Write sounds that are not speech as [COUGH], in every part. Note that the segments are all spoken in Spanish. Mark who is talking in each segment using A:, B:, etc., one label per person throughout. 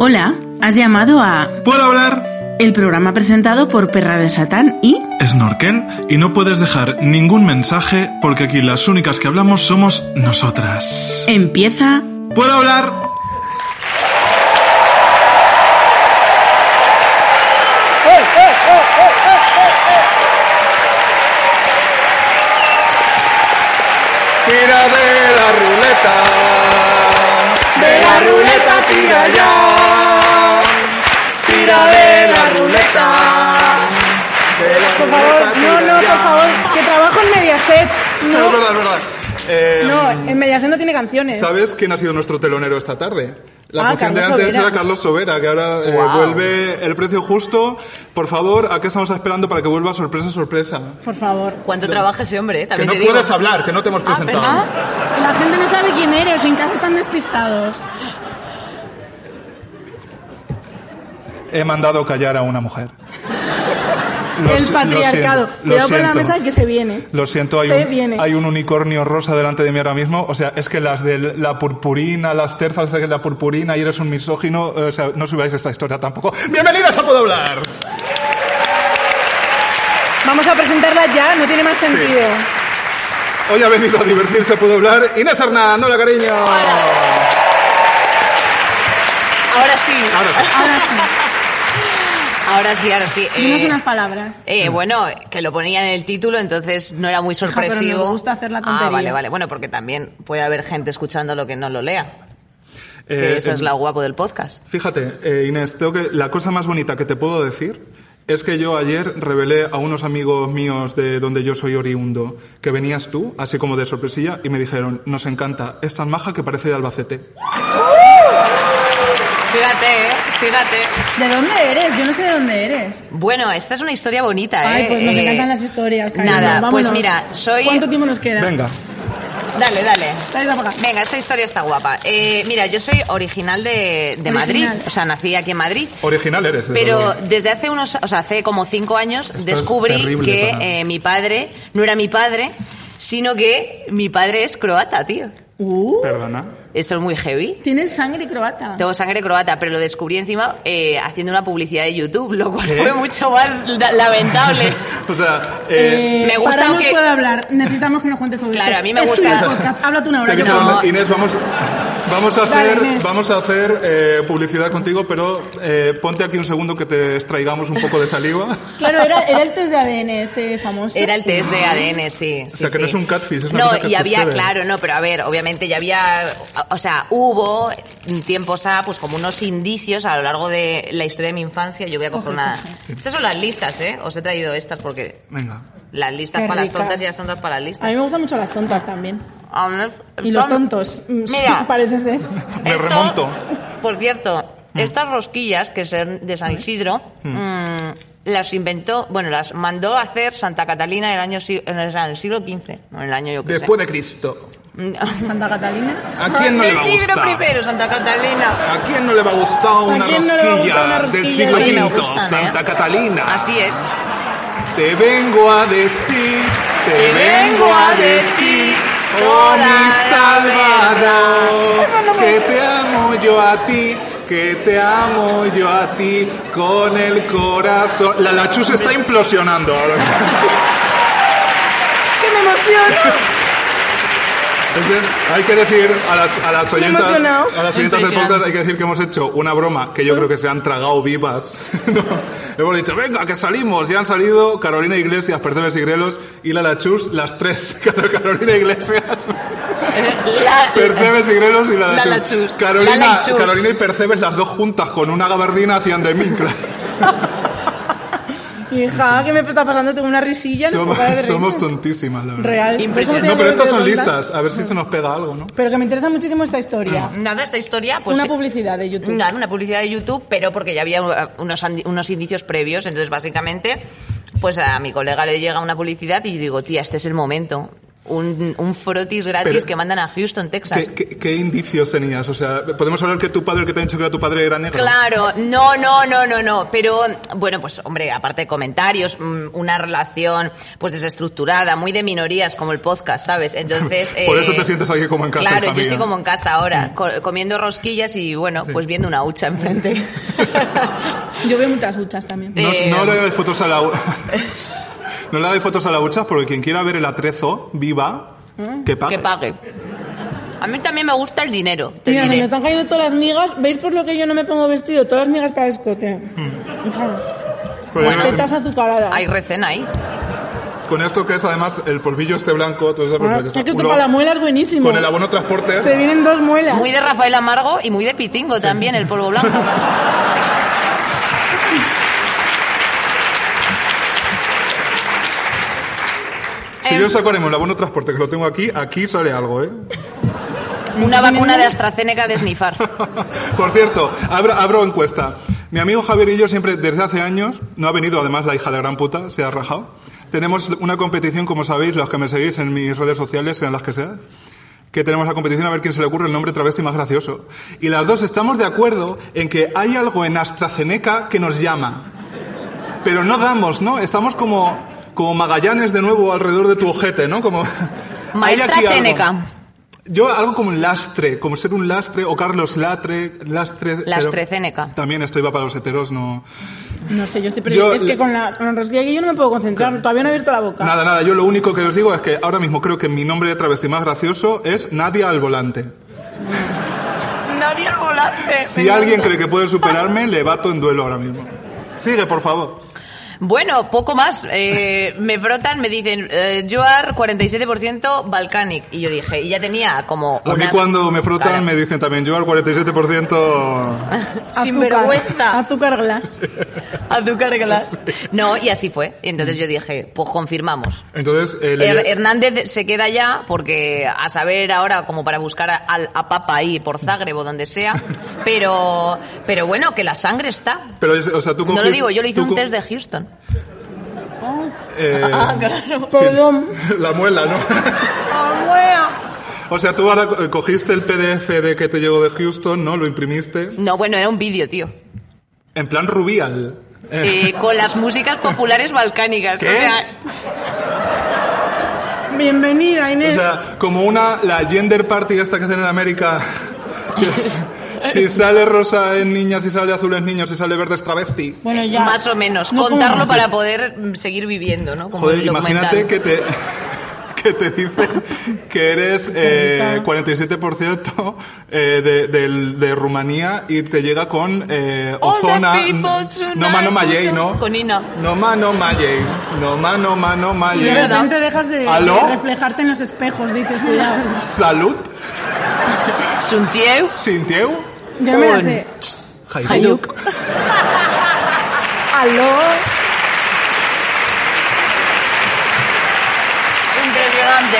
A: Hola, has llamado a
B: Puedo hablar
A: el programa presentado por Perra de Satán y
B: Snorkel y no puedes dejar ningún mensaje porque aquí las únicas que hablamos somos nosotras.
A: empieza
B: Puedo hablar
C: Tira de la ruleta. De la ruleta tira ya. Tira de la ruleta. De la
D: Por
C: ruleta,
D: favor, no,
C: tira
D: no,
C: ya.
D: por favor, que trabajo en Mediaset.
C: Es
D: No,
C: verdad, es verdad. Eh,
D: no, en Mediaset no tiene canciones.
C: ¿Sabes quién ha sido nuestro telonero esta tarde? La
D: Ah,
C: canción de
D: Carlos
C: antes
D: Sobera.
C: era Carlos Sobera, que ahora eh, vuelve el precio justo. Por favor, ¿a qué estamos esperando para que vuelva sorpresa, sorpresa?
D: Por favor.
E: ¿Cuánto trabaja ese hombre? eh?
C: Que
E: También
C: no
E: te digo.
C: puedes hablar, que no te hemos
E: Ah,
C: presentado.
E: perdón.
D: La gente no sabe quién eres, en casa están despistados.
C: He mandado callar a una
D: [LAUGHS]
C: mujer. Lo
D: el
C: si- lo
D: patriarcado.
C: siento, lo
D: Cuidado con la
C: siento.
D: mesa que se viene.
C: Lo siento, hay
D: Se
C: un,
D: viene.
C: hay un unicornio rosa delante de mí ahora mismo. O sea, es que las de la purpurina, las terfas de la purpurina y eres un misógino. eh, O sea, no subáis esta historia tampoco. ¡Bienvenidas a Puedo Hablar!
D: Vamos a presentarla ya, no tiene más sentido.
C: Hoy ha venido a divertirse a Puedo Hablar Inés Hernán. ¡Hola, cariño!
E: Ahora sí.
C: Ahora sí.
E: Ah,
D: Ahora sí,
E: Ahora sí, ahora sí.
D: dinos
E: Eh,
D: unas palabras.
E: eh, bueno, que lo ponía en el título, entonces no era muy
D: pero nos
E: sorpresivo.
D: gusta hacer la
E: Ah,
D: tontería.
E: vale, vale. Bueno, porque también puede haber gente escuchando lo que no lo lea. Que
C: Eh,
E: eso es
C: eh,
E: la guapo del podcast.
C: Fíjate, eh, Inés, tengo que, la cosa más bonita que te puedo decir es que yo ayer revelé a unos amigos míos de donde yo soy oriundo que venías tú, así como de sorpresilla, y me dijeron, nos encanta, es tan maja que parece de Albacete.
E: Fíjate, eh, fíjate.
D: ¿De dónde eres? Yo no sé de dónde eres.
E: Bueno, esta es una historia bonita,
D: Ay,
E: ¿eh?
D: pues nos
E: Eh,
D: encantan las historias, cariño.
E: Nada, pues
D: vámonos.
E: mira, soy.
D: ¿Cuánto tiempo nos queda?
C: Venga.
E: Dale, dale.
D: Dale, va para acá.
E: Venga, esta historia está guapa. Eh, mira, yo soy original de, de
D: Original.
E: Madrid, o sea, nací aquí en Madrid.
C: Original eres. desde
E: Pero
C: luego.
E: desde hace unos, o sea, hace como cinco años
C: es
E: descubrí
C: terrible
E: que
C: para-
E: eh, mi padre no era mi padre, sino que mi padre es croata, tío.
D: Uh,
C: Perdona.
E: Esto es muy heavy.
D: tienes sangre croata.
E: Tengo sangre croata, pero lo descubrí encima eh, haciendo una publicidad de YouTube, lo cual
C: ¿Qué?
E: fue mucho más la- lamentable.
C: O sea, eh,
E: me gusta
D: Para
E: que-
D: no puedo hablar. Necesitamos que nos cuentes todo
E: Claro,
D: esto.
E: a mí me
D: Es tu
E: gusta-
D: podcast. Habla tú una hora.
C: te
D: yo
C: quiero
D: no.
C: hablar- Inés, vamos, vamos a
D: Dale,
C: hacer,
D: Inés.
C: vamos a hacer eh, publicidad contigo, pero eh, ponte aquí un segundo que te extraigamos un poco de
D: [LAUGHS]
C: saliva.
D: Claro, era, era el test de ADN este famoso.
E: Era el test de ADN, sí. sí,
C: sea, que no
E: sí.
C: es un catfish, es una
E: No,
C: cosa que
E: y había,
C: sucede.
E: claro, no, pero a ver, obviamente ya había, o sea, hubo en tiempos A, pues como unos indicios a lo largo de la historia de mi infancia. Yo voy a coger una. Estas son las listas, ¿eh? Os he traído estas porque
C: Venga.
E: las listas
D: Qué
E: para las
D: ricas.
E: tontas y las tontas para las
D: A
E: listas.
D: mí me gustan mucho las tontas también.
E: A ver,
D: Y los
E: son-
D: tontos. Mm, sí,
E: Mira.
D: [LAUGHS] parece ser.
C: Me
E: esto-
C: remonto. Mm.
E: Por cierto, estas rosquillas que son de San Isidro. mm, las inventó, bueno, las mandó a hacer Santa Catalina en el año si- en el, en el siglo XV, o en el año yo Mm, que sé.
C: Después de Cristo.
E: [LAUGHS]
D: Santa Catalina.
C: ¿A quién no le va a
E: Del siglo
C: gustar?
E: primero, Santa Catalina.
C: ¿A quién no le va a gustar una
D: quién no le va a gustar
C: rosquilla
D: una
C: del
D: rosquilla?
C: siglo
D: A mí
E: me
C: V,
E: gustan,
C: Santa
E: ¿eh?
C: Catalina?
E: Así es.
C: Te vengo a decir, te, vengo a decir, oh mi Salvador, que te amo yo a ti, que te amo yo a ti con el corazón. La Lachus está implosionando ahora.
D: ¡Que me emociono!
C: Entonces, hay que decir a las, a las
D: Me he
C: oyentas,
D: emocionado.
C: a las oyentas del
E: Impresionante.
C: podcast, hay que decir que hemos hecho una broma que yo creo que se han tragado vivas. [LAUGHS] No, hemos dicho, venga, que salimos. Y han salido Carolina Iglesias, Percebes y Grelos y Lala Chus, las tres. [LAUGHS] Claro, Carolina Iglesias,
E: [LAUGHS] La-
C: Percebes y Grelos y Lala,
E: Lala
C: Chus.
E: Chus.
C: Carolina,
E: Lala y Chus.
C: Carolina y Percebes, las dos juntas con una gabardina hacían de mí. claro.
D: Hija, ¿qué me está pasando? Tengo una risilla. no
C: Somos,
D: puedo parar de reírme.
C: somos tontísimas, la verdad.
D: Real.
E: Impresionante.
C: No, pero estas son
D: Tontas.
C: listas. A ver si se nos pega algo, ¿no?
D: Pero que me interesa muchísimo esta historia.
E: Nada, esta historia, Ah, pues.
D: una publicidad de YouTube.
E: Nada, una publicidad de YouTube, pero porque ya había uh, unos, andi- unos indicios previos. Entonces, básicamente, pues a mi colega le llega una publicidad y digo, tía, este es el momento. Un, un frotis gratis
C: Pero-
E: que mandan a Houston, Texas.
C: ¿Qué, qué, qué indicios tenías? O sea, ¿podemos hablar que tu padre, el que te ha dicho que era tu padre, era negro?
E: Claro, no, no, no, no, no. Pero bueno, pues hombre, aparte de comentarios, mm, una relación pues desestructurada, muy de minorías como el podcast, ¿sabes? Entonces.
C: [LAUGHS]
E: eh,
C: Por eso te sientes aquí como en casa, Mm.
E: Claro,
C: hija
E: yo estoy
C: mía.
E: como en casa ahora, co- comiendo rosquillas y bueno, pues viendo una
C: [LAUGHS]
E: hucha enfrente.
D: Yo veo muchas huchas también.
C: No,
E: Eh,
C: no le doy fotos a la...
D: [LAUGHS]
C: u- [LAUGHS] no le doy fotos a la hucha porque quien quiera ver el atrezo, viva,
D: Mm.
C: que pague.
E: que pague. A mí también me gusta el dinero, te
D: Mira, me
E: diré.
D: están cayendo todas las migas. ¿Veis por lo que yo no me pongo vestido? Todas las migas para el escote.
C: Hmm.
D: Hija,
C: Porque
D: las tetas azucaradas.
E: Hay recena ahí.
C: Con esto que es además el polvillo este blanco, todo eso, pues, ya
D: Ah, es
C: está.
D: que esto
C: Uno-
D: para la muela es buenísimo.
C: Con el abono transporte.
D: Se vienen dos muelas.
E: Muy de Rafael Amargo y muy de Pitingo también, el
C: [LAUGHS]
E: polvo blanco.
C: Si yo saco ahora mismo el abono transporte, que lo tengo aquí, aquí sale algo, ¿eh?
E: Una vacuna de AstraZeneca de snifar.
C: [LAUGHS] Por cierto, abro, abro encuesta. Mi amigo Javier y yo siempre, desde hace años, no ha venido además la hija de gran puta, se ha rajado. Tenemos una competición, como sabéis, los que me seguís en mis redes sociales, sean las que sean, que tenemos la competición a ver quién se le ocurre el nombre travesti más gracioso. Y las dos estamos de acuerdo en que hay algo en AstraZeneca que nos llama. Pero no damos, ¿no? Estamos como, como Magallanes de nuevo alrededor de tu ojete, ¿no? Como... [LAUGHS] Hay
E: Maestra
C: aquí algo.
E: Zeneca.
C: Yo algo como un lastre, como ser un lastre o Carlos Latre, lastre.
E: Lastrezeneca.
C: pero También esto iba para los heteros, no.
D: No sé, yo estoy
C: Yo-
D: perdida. Es que con la, con la rosquilla aquí yo no me puedo concentrar. Todavía no he abierto la boca.
C: Nada, nada, yo lo único que os digo es que ahora mismo creo que mi nombre de travesti más gracioso es Nadia al volante.
E: Nadie al volante.
C: Si alguien cree que puede superarme, le bato en duelo ahora mismo. Sigue, por favor.
E: Bueno, poco más. Eh, me brotan, me dicen, eh, you are 47% Balkanic. Y yo dije, y ya tenía como.
C: A mí
E: unas-
C: cuando me frotan
E: Claro.
C: me dicen también, yo al 47%...
D: Azúcar.
E: Sinvergüenza.
D: Azúcar glass.
C: [LAUGHS]
E: Azúcar glass. No, y así fue. Y entonces yo dije, pues confirmamos.
C: Entonces, eh,
E: [LAUGHS]
C: le-
E: Her- Hernández se queda ya porque a saber ahora como para buscar a, al- a Papa ahí por Zagreb o donde sea, pero pero bueno, que la sangre está.
C: Pero, es- o sea, tú
E: No lo
C: confías-
E: digo, yo le hice
C: tú
E: un
C: con-
E: test de Houston.
C: eh,
D: Perdón.
C: [LAUGHS] La muela, ¿no? O sea, tú ahora eh, cogiste el PDF de que te llegó de Houston, ¿no? Lo imprimiste.
E: No, bueno, era un vídeo, tío.
C: En plan rubial. Eh,
E: Eh, con las músicas populares balcánicas.
C: ¿Qué?
E: O sea,
D: Bienvenida,
C: o
D: Inés.
C: sea, como una, la gender party esta que hacen en América. [LAUGHS] Que- si sale rosa es niña, si sale azul es niño, si sale verde es travesti.
D: bueno, ya.
E: Más o menos.
D: No como
E: Contarlo
D: más.
E: para poder mm, seguir viviendo, ¿no? Como
C: Joder,
E: el documental.
C: imagínate que te, que te [LAUGHS] dicen que eres eh, 47% eh, de, del- de Rumanía y te llega con eh,
E: All the
C: Ozona.
E: people tonight.
C: No mano mayei, ¿no?
E: Con Ina.
C: No mano mayei. No mano mano
D: Y de
C: mayei.
E: ¿Verdad?
D: repente dejas de,
C: ¿Aló?
D: de reflejarte en los espejos, dices, cuidado.
C: Salud.
E: Suntieu.
C: Sintieu.
D: Yo me la
E: Un.
D: sé.
C: Jairuk.
D: Hayuk. Aló.
E: Impresionante.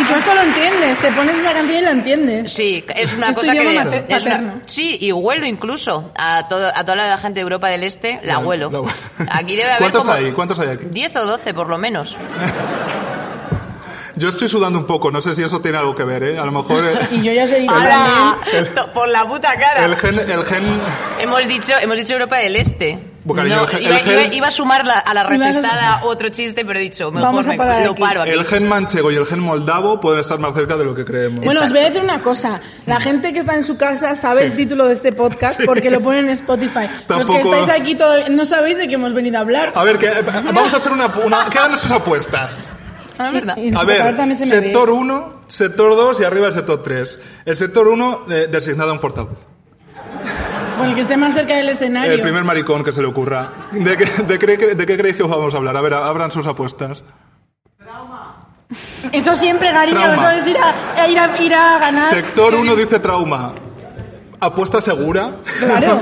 D: Y tú esto lo entiendes, te pones esa canción y la entiendes.
E: Sí, es una
D: Esto
E: cosa que...
D: llama mate-
E: es una-
D: paterno.
E: sí, y huelo incluso a, todo, a toda la gente de Europa del Este, la huelo.
C: la hue-
E: [LAUGHS] Aquí debe haber
C: ¿Cuántos
E: como
C: hay? ¿Cuántos hay aquí?
E: 10 o 12 por lo menos.
C: Yo estoy sudando un poco, no sé si eso tiene algo que ver, ¿eh? A lo mejor eh,
E: [LAUGHS]
D: Y yo ya sé.
E: ¡Hala! To- Por la puta cara.
C: el gen... El gen
E: Hemos dicho, hemos dicho Europa del Este.
C: Bueno, cariño,
E: No,
C: el gen-
E: iba,
C: el gen-
E: iba- iba a sumar la- a la
D: Ibas a-
E: refrestada otro chiste, pero he dicho, mejor
D: Vamos a
E: me-
D: parar
E: lo
D: aquí.
E: paro aquí.
C: el gen manchego y el gen moldavo pueden estar más cerca de lo que creemos.
D: Bueno, os
E: Exacto.
D: voy a decir una cosa. La gente que está en su casa sabe el título de
C: [LAUGHS]
D: este podcast porque lo ponen en Spotify. Los
C: Tampoco-
D: que estáis aquí todavía no sabéis de qué hemos venido a hablar.
C: A ver, que, eh, vamos a hacer una... una que hagan sus apuestas.
E: Ah,
D: [LAUGHS]
E: ¿verdad?
D: Y en
C: A
D: su
C: ver,
D: ordenador también se me ve.
C: sector 1, sector 2 y arriba el sector 3. El sector 1, designado a un portavoz.
D: Con el que esté más cerca del escenario.
C: Ah. El primer maricón que se le ocurra. ¿De qué, de, qué, de qué creéis que os vamos a hablar? A ver, abran sus apuestas.
D: Eso siempre, cariño,
C: Trauma.
D: eso es ir a, e ir a, ir a ganar. [LAUGHS]
C: Sector 1 dice trauma. Apuesta segura. [LAUGHS]
D: Claro.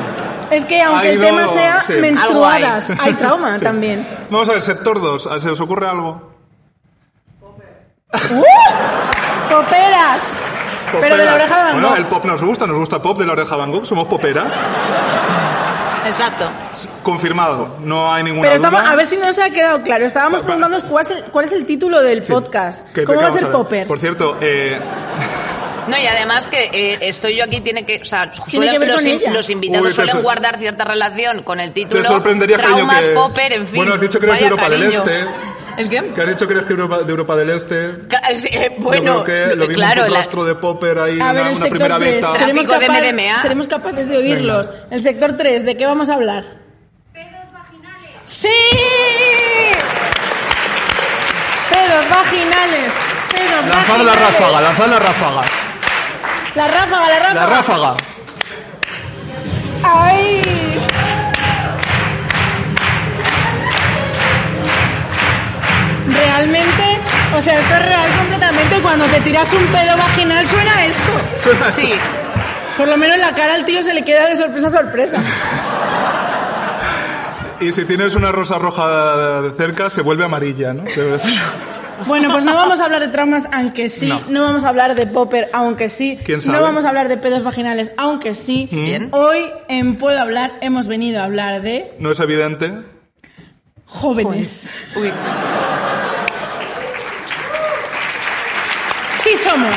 D: Es que aunque
C: Ha
D: el
C: ido-
D: tema sea
C: sí.
D: menstruadas,
C: Algo
D: hay
C: [LAUGHS]
D: trauma
C: Sí.
D: también.
C: Vamos a ver, sector 2, ¿se os ocurre algo?
D: ¡Poperas! Pero de
C: Poperas.
D: la oreja de Van
C: Bueno,
D: Gogh.
C: el pop nos gusta, nos gusta pop de la oreja Van Gogh, somos poperas.
E: Exacto.
C: Confirmado, no hay ninguna
D: Pero estamos,
C: duda.
D: a ver si nos ha quedado claro.
C: Pa-
D: Estábamos
C: pa-
D: preguntándonos cuál es el, cuál es el título del
C: Sí.
D: podcast.
C: Que-
D: ¿Cómo
C: que
D: va a
C: vamos
D: ser
C: ver.
D: Popper?
C: Por cierto, eh,
E: No, y además que eh, estoy yo aquí, tiene que. O sea, suelen-
D: que ver
E: los,
D: con
E: in-
D: ella.
E: los invitados
C: Uy, te
E: suelen
C: sor-
E: guardar cierta relación con el título.
C: te sorprendería, cariño,
E: Traumas,
C: que...
E: Popper, en fin.
C: Bueno, has dicho que eres de
E: Vaya
C: Europa del
E: cariño.
C: Este.
E: ¿El
C: Que
E: qué?
C: has dicho que eres de Europa, de Europa del Este.
E: Ca- sí, eh,
C: Yo
E: bueno,
C: creo que lo mismo
E: claro,
C: un
E: la-
C: rastro de Popper ahí,
D: A
C: una,
D: ver, el
C: una
D: sector
C: primera
D: 3.
C: beta.
D: Seremos,
E: Tráfico de
D: capaz-
E: MDMA.
D: seremos capaces de oírlos. El sector 3, ¿de qué vamos a hablar? ¡Sí! Pedos vaginales. Pedos
F: Lanzar la
D: vaginales.
F: ráfaga, lanzar la ráfaga.
D: La ráfaga, la ráfaga.
F: La ráfaga.
D: ¡Ay! Realmente, o sea, esto es real completamente. Cuando te tiras un pedo vaginal suena esto.
E: Sí,
D: Por lo menos la cara al tío se le queda de sorpresa a sorpresa.
C: Y si tienes una rosa roja de cerca, se vuelve amarilla, ¿no? Se-
D: Bueno, pues no vamos a hablar de traumas, aunque sí. No, vamos a hablar de popper, aunque sí.
C: ¿Quién sabe? ¿Mm?
D: No vamos a hablar de pedos vaginales, aunque sí.
E: Bien.
D: Hoy en Puedo Hablar hemos venido a hablar de
C: [LAUGHS] No es evidente.
D: jóvenes.
E: Uy.
D: Sí somos.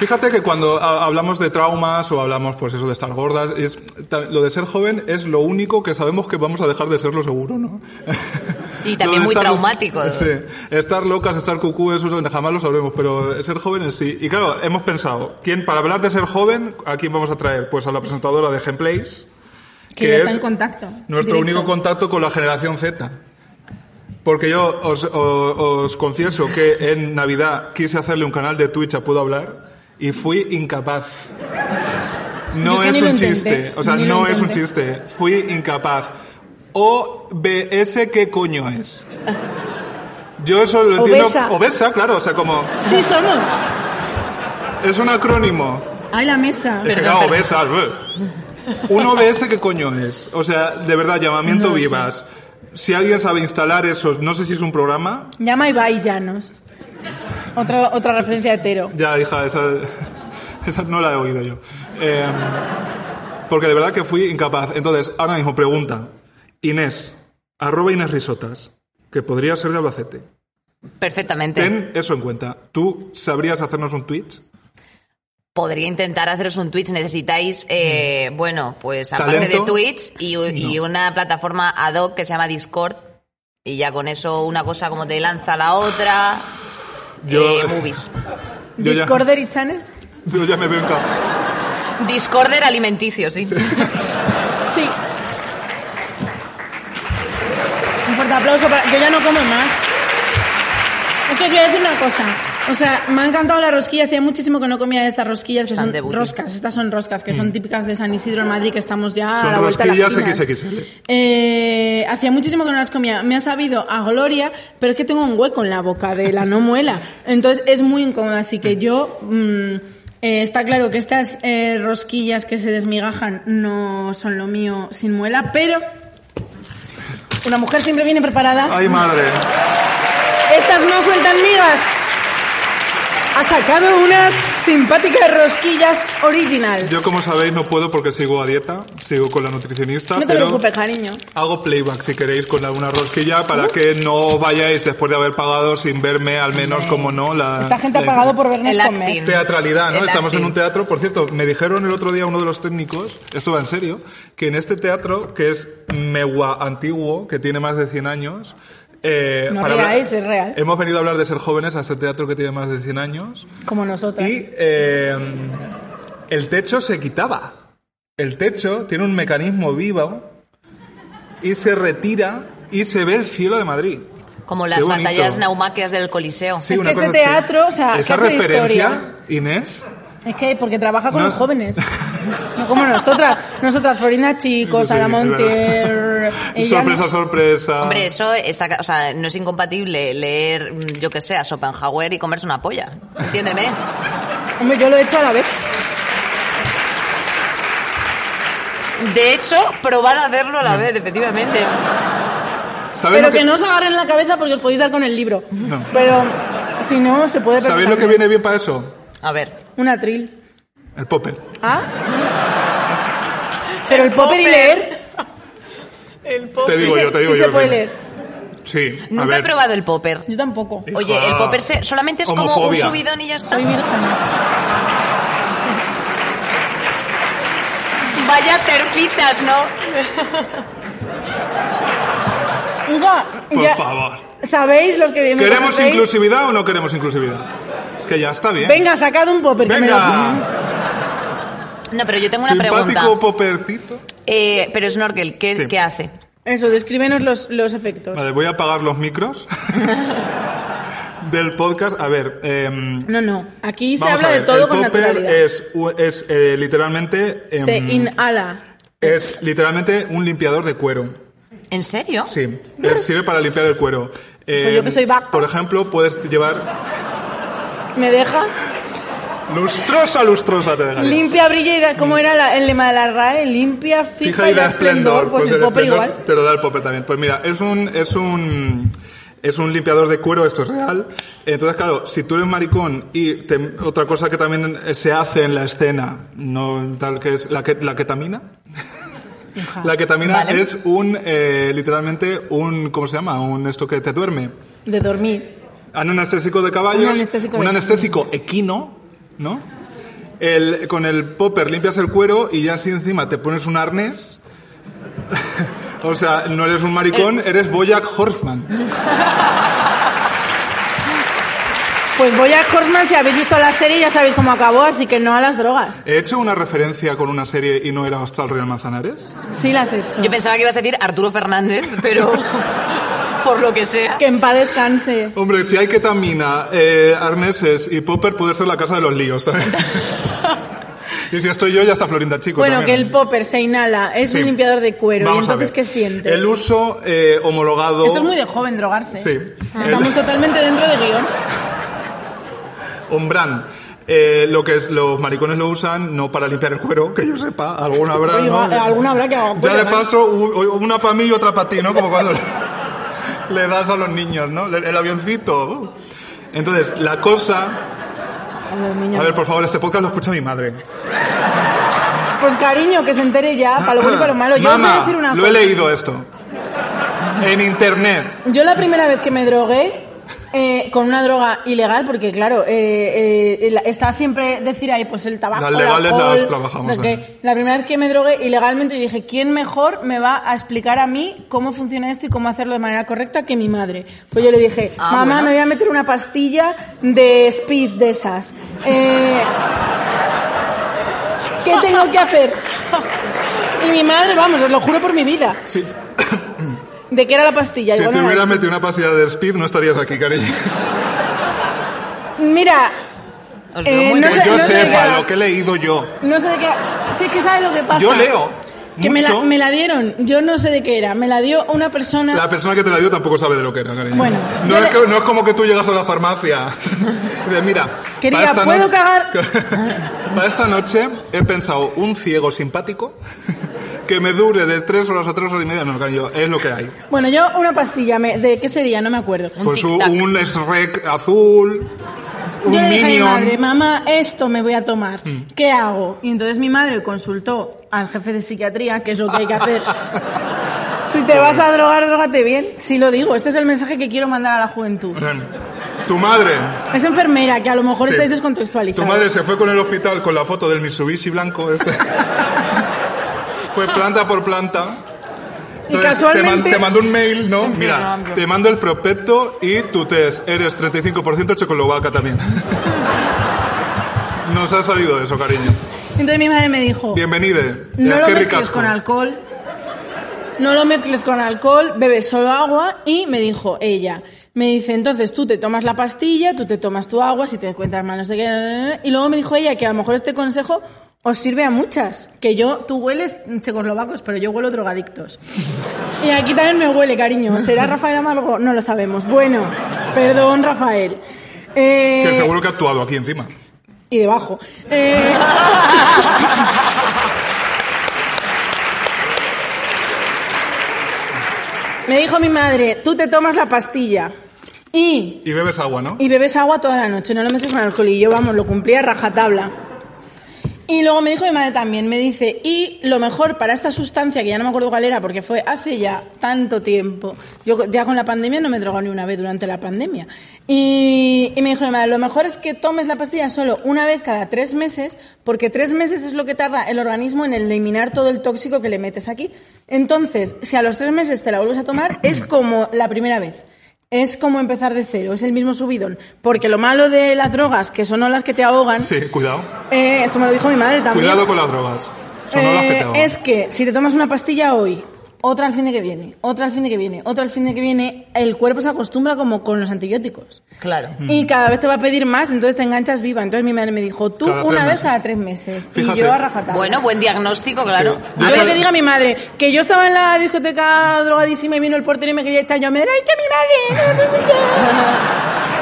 C: Fíjate que cuando ha- hablamos de traumas o hablamos, pues eso, de estar gordas, es, ta- lo de ser joven es lo único que sabemos que vamos a dejar de serlo seguro, ¿no?
E: [LAUGHS] Y
C: Lo de
E: también muy
C: estar-
E: traumático.
C: [LAUGHS] Sí. Estar locas, estar cucú, eso no- jamás lo sabremos, pero ser joven en sí. Y claro, hemos pensado, ¿quién, para hablar de ser joven, ¿a quién vamos a traer? Pues a la presentadora de Gameplays.
D: Que ya está en contacto,
C: Nuestro
D: directo.
C: único contacto con la generación Z. Porque yo os, o- os confieso que en Navidad quise hacerle un canal de Twitch a Puedo Hablar y fui incapaz. No
D: Yo que
C: es
D: ni lo
C: un
D: intenté,
C: chiste, o sea,
D: ni lo
C: no es un
D: intenté.
C: chiste. Fui incapaz. OBS, ¿qué coño es? Yo eso lo entiendo.
D: Obesa.
C: Obesa, claro, o sea, como.
D: Sí somos.
C: Es un acrónimo.
D: Ay, la mesa.
C: Es que, claro, obesas.
E: [LAUGHS]
C: bleh. Un OBS, ¿qué coño es? O sea, de verdad, llamamiento vivas. Si alguien sabe instalar eso, no sé si es un programa.
D: Llama a Ibai Llanos. Otra, otra referencia hetero.
C: Ya, hija, esa, [LAUGHS] esa no la he oído yo. Eh, porque de verdad que fui incapaz. Entonces, ahora mismo, pregunta. Inés, arroba Inés Risotas, que podría ser de Albacete.
E: Perfectamente.
C: Ten eso en cuenta. ¿Tú sabrías hacernos un tweet?
E: Podría intentar haceros un Twitch. Necesitáis, eh, bueno, pues aparte
C: Mm. ¿Talento?
E: de Twitch y, y una plataforma ad hoc que se llama Discord. Y ya con eso una cosa como te lanza la otra.
C: Yo-
E: Eh, movies.
C: [LAUGHS] Yo ya-
D: Discorder y Channel.
C: [LAUGHS] Yo ya me veo incapaz.
E: Discorder alimenticio, sí.
D: Sí. Un fuerte aplauso para... Yo ya no como más. Es que os voy a decir una cosa. O sea, me ha encantado la rosquilla. Hacía muchísimo que no comía de estas rosquillas, que
E: Están
D: son
E: de booty.
D: roscas. Estas son roscas, que son típicas de San Isidro en Madrid, que estamos ya a
C: Son
D: Ah, la vuelta de las
C: rosquillas
D: esquinas.
C: XXL.
D: Eh, hacía muchísimo que no las comía. Me ha sabido a gloria, pero es que tengo un hueco en la boca de la no muela. Entonces es muy incómoda. Así que yo. mm, eh, está claro que estas eh, rosquillas que se desmigajan no son lo mío sin muela, pero. Una mujer siempre viene preparada.
C: ¡Ay, madre!
D: Estas no sueltan migas. Ha sacado unas simpáticas rosquillas originales.
C: Yo, como sabéis, no puedo porque sigo a dieta, sigo con la nutricionista.
D: no te
C: pero
D: preocupes, cariño.
C: Hago playback si queréis con alguna rosquilla para que no vayáis después de haber pagado sin verme, al menos, como no, la.
D: Esta gente ha
C: la
D: pagado por vernos
E: El
D: comer.
E: acting.
C: Teatralidad, ¿no?
E: El
C: Estamos en
E: acting.
C: un teatro. Por cierto, me dijeron el otro día uno de los técnicos, esto va en serio, que en este teatro, que es megua antiguo, que tiene más de 100 años. Eh,
D: No
C: para hablar-
D: reáis, es real.
C: Hemos venido a hablar de ser jóvenes a este teatro que tiene más de 100 años.
D: Como nosotras.
C: Y eh, el techo se quitaba. El techo tiene un mecanismo vivo y se retira y se ve el cielo de Madrid.
E: Como las
C: Qué bonito.
E: batallas naumáqueas del Coliseo.
C: Sí,
D: Es
C: una
D: que
C: cosa
D: este
C: así.
D: teatro, o sea,
C: Esa
D: clase de
C: referencia, Inés,
D: Es que porque trabaja con
C: No.
D: los jóvenes. No como nosotras. Nosotras, Florinda Chico,
C: Sí,
D: Sara
C: es [LAUGHS]
D: Montier. ella
C: sorpresa,
D: no.
C: sorpresa.
E: Hombre, eso está, ca- o sea, no es incompatible leer, mm, yo que sé, a Schopenhauer y comerse una polla. Entiéndeme.
D: Hombre, yo lo he hecho a la vez.
E: de hecho, probad a hacerlo a la vez, efectivamente.
C: ¿Sabéis
D: Pero
C: lo que,
D: que no os agarren la cabeza porque os podéis dar con el libro.
C: No.
D: Pero si no, se puede
C: ¿sabéis lo que
D: perfectamente.
C: viene bien para eso?
E: A ver.
D: Un atril.
C: El popper.
D: ¿Ah? Pero el popper y leer.
F: El pop.
C: Te digo
D: sí,
C: yo,
D: se-
C: te digo
D: sí
C: yo.
D: se puede
C: sí.
D: leer.
C: Sí, a
E: Nunca he
C: ver.
E: probado el popper.
D: Yo tampoco.
C: Hija,
E: Oye, el popper se- solamente es como un
C: homofobia.
E: subidón y ya está.
D: Soy virgen.
E: Vaya terfitas, ¿no?
D: Uga,
C: Por
D: ya-
C: favor.
D: ¿Sabéis los que bien me
C: ¿Queremos
D: conocéis?
C: inclusividad o no queremos inclusividad? Es que ya está bien.
D: Venga, sacad un popper. que me lo-
C: Venga.
E: No, pero yo tengo una pregunta.
C: Simpático poppercito.
E: Eh, pero Snorkel, ¿qué,
C: Sí.
E: ¿qué hace?
D: Eso, descríbenos los, los efectos.
C: Vale, voy a apagar los
D: [LAUGHS]
C: micros del podcast. A ver, em,
D: No, no. Aquí se
C: vamos
D: habla
C: a
D: de
C: ver,
D: todo
C: el
D: con
C: popper
D: naturalidad.
C: es, u- es eh, literalmente em,
D: Se inhala.
C: es literalmente un limpiador de cuero.
E: ¿En serio?
C: Sí, eh, sirve para limpiar el cuero. Em,
D: Pues yo que soy vaca.
C: Por ejemplo, puedes llevar
D: ¿Me deja?
C: lustrosa, lustrosa te dejaría.
D: Limpia, brilla y da... ¿Cómo era la- el lema de la RAE? Limpia, fija,
C: Mm. fija y da esplendor.
D: Pues, el
C: esplendor
D: popper igual.
C: Te lo da el popper también. Pues mira, es un, es un, es un limpiador de cuero, esto es real. Entonces, claro, si tú eres maricón y te- otra cosa que también eh, se hace en la escena, no tal que es la, que, la ketamina. La ketamina
E: Vale.
C: es un, eh, literalmente, un, ¿cómo se llama? Un esto que te duerme.
D: De dormir.
C: Un anestésico de caballos.
D: Un anestésico
C: un
D: de-
C: anestésico equino, ¿no? El- con el popper limpias el cuero y ya así encima te pones un arnés. [LAUGHS] o sea, no eres un
D: Eh.
C: maricón, eres Boyack Horseman.
D: Pues voy a Horseman, si habéis visto la serie ya sabéis cómo acabó, así que no a las drogas.
C: ¿He hecho una referencia con una serie y no era Hostal Real Manzanares?
D: Sí las he hecho.
E: Yo pensaba que ibas a decir Arturo Fernández, pero [LAUGHS] por lo que sea.
D: Que en paz descanse.
C: Hombre, si hay ketamina, eh, arneses y popper, puede ser la casa de los líos también. [LAUGHS] y si estoy yo, ya está Florinda, chico.
D: Bueno, que
C: también.
D: el popper se inhala, es
C: Sí.
D: un limpiador de cuero.
C: Vamos
D: ¿Y
C: a
D: entonces
C: ver.
D: qué sientes?
C: El uso eh, homologado...
D: Esto es muy de joven drogarse.
C: Sí.
D: Estamos
C: El-
D: totalmente dentro de guión.
C: Ombran. Eh, lo que es, los maricones lo usan no para limpiar el cuero, que yo sepa, alguna habrá.
D: Oye,
C: Ah, ¿no?
D: va- alguna habrá que haga cuero,
C: Ya de
D: ¿no?
C: paso, u- u- una para mí y otra para ti, ¿no? Como cuando [LAUGHS] le, le das a los niños, ¿no? Le- El, avioncito. Entonces, la cosa.
D: A ver, niño.
C: A ver, por favor, este podcast lo escucha mi madre.
D: Pues cariño, que se entere ya, para lo bueno y para lo malo. Yo os voy a
C: Ah, Mamá,
D: decir una
C: lo
D: cosa.
C: he leído esto. En internet.
D: Yo la primera vez que me drogué eh, con una droga ilegal, porque claro, eh, eh, la- está siempre decir ahí, pues el tabaco.
C: Las
D: el
C: legales
D: alcohol,
C: las trabajamos,
D: o sea que
C: ¿eh?
D: la primera vez que me drogué ilegalmente dije, ¿quién mejor me va a explicar a mí cómo funciona esto y cómo hacerlo de manera correcta que mi madre? Pues yo le dije,
E: Ah,
D: mamá,
E: bueno.
D: me voy a meter una pastilla de speed de esas. Eh, ¿Qué tengo que hacer? Y mi madre, vamos, os lo juro por mi vida.
C: [LAUGHS] Si,
D: ¿De qué era la pastilla?
C: si
D: Igual
C: te
D: no la-
C: hubieras metido una pastilla de speed, no estarías aquí, cariño.
D: Mira,
E: Os veo
D: Eh,
E: muy
D: no
C: [LAUGHS] Que
D: sé-
C: Pues yo
D: no sé-
C: sepa lo que he leído yo.
D: No sé de qué era. Sí, es que sabes lo que pasa.
C: Yo leo
D: Que me la,
C: mucho.
D: me la dieron. Yo no sé de qué era. Me la dio una persona.
C: La persona que te la dio tampoco sabe de lo que era, cariño.
D: Bueno,
C: no,
D: yo
C: es
D: le-
C: que- no es como que tú llegas a la farmacia. [LAUGHS] y dices, Mira,
D: Querida,
C: para esta
D: ¿puedo
C: no-
D: cagar?
C: [LAUGHS] para esta noche he pensado un ciego simpático [LAUGHS] que me dure de tres horas a tres horas y media. No, cariño, es lo que hay.
D: Bueno, yo una pastilla. me- ¿De qué sería? No me acuerdo.
E: Un
C: pues un,
E: tic-tac.
C: un Shrek azul, un
D: yo le dije a mi
C: Minion. Mm.
D: madre, mamá, esto me voy a tomar. ¿Qué hago? Y entonces mi madre consultó al jefe de psiquiatría, que es lo que hay
C: [LAUGHS]
D: que hacer. si te vas a drogar, drogate bien. Sí lo digo. Este es el mensaje que quiero mandar a la juventud.
C: Tu madre.
D: Es enfermera, que a lo mejor
C: Sí.
D: estáis
C: Tu
D: descontextualizados.
C: madre se fue con el hospital con la foto del Mitsubishi blanco. Este. [LAUGHS] fue planta por planta.
D: Y
C: Entonces, te, man-
D: casualmente...
C: te mando un mail, ¿no? Mira, te mando el prospecto y tu test. Eres 35% checoslovaca también. [LAUGHS] Nos ha salido eso, cariño.
D: Entonces mi madre me dijo...
C: Bienvenide.
D: No
C: Ya,
D: lo
C: qué
D: mezcles
C: ricasco.
D: con alcohol. No lo mezcles con alcohol, bebe solo agua y me dijo ella, me dice, entonces tú te tomas la pastilla, tú te tomas tu agua, si te encuentras mal, no sé qué, na, na, na". y luego me dijo ella que a lo mejor este consejo os sirve a muchas, que yo, tú hueles checoslovacos, pero yo huelo drogadictos. [LAUGHS] Y aquí también me huele, cariño, ¿será Rafael Amargo? No lo sabemos. Bueno, perdón, Rafael. Eh,
C: Que seguro que ha actuado aquí encima.
D: y debajo. Eh, Me dijo mi madre, tú te tomas la pastilla y,
C: Y bebes agua, ¿no?
D: y bebes agua toda la noche, no lo mezcles con alcohol. Y yo, vamos, lo cumplía rajatabla. Y luego me dijo mi madre también, me dice, y lo mejor para esta sustancia, que ya no me acuerdo cuál era, porque fue hace ya tanto tiempo, yo ya con la pandemia no me he drogado ni una vez durante la pandemia, y, y me dijo mi madre, lo mejor es que tomes la pastilla solo una vez cada tres meses, porque tres meses es lo que tarda el organismo en eliminar todo el tóxico que le metes aquí. Entonces, si a los tres meses te la vuelves a tomar, es como la primera vez. Es como empezar de cero, es el mismo subidón. Porque lo malo de las drogas, que son las que te ahogan,
C: Sí, cuidado.
D: eh, esto me lo dijo mi madre también.
C: Cuidado con las drogas. Son las que
D: Eh,
C: te ahogan.
D: es que si te tomas una pastilla hoy, otra al fin de que viene, otra al fin de que viene, otra al fin de que viene, el cuerpo se acostumbra como con los antibióticos.
E: Claro.
C: Mm.
D: Y cada vez te va a pedir más, entonces te enganchas viva. Entonces mi madre me dijo, tú
C: Cada tres
D: una vez
C: meses.
D: cada tres meses.
C: Fíjate.
D: Y yo a rajatabla.
E: Bueno, buen diagnóstico, claro.
C: Sí.
D: A
C: Yo
D: ver,
C: sab-
D: que diga mi madre, que yo estaba en la discoteca drogadísima y vino el portero y me quería echar. Yo me lo ha dicho mi madre. me lo ha dicho".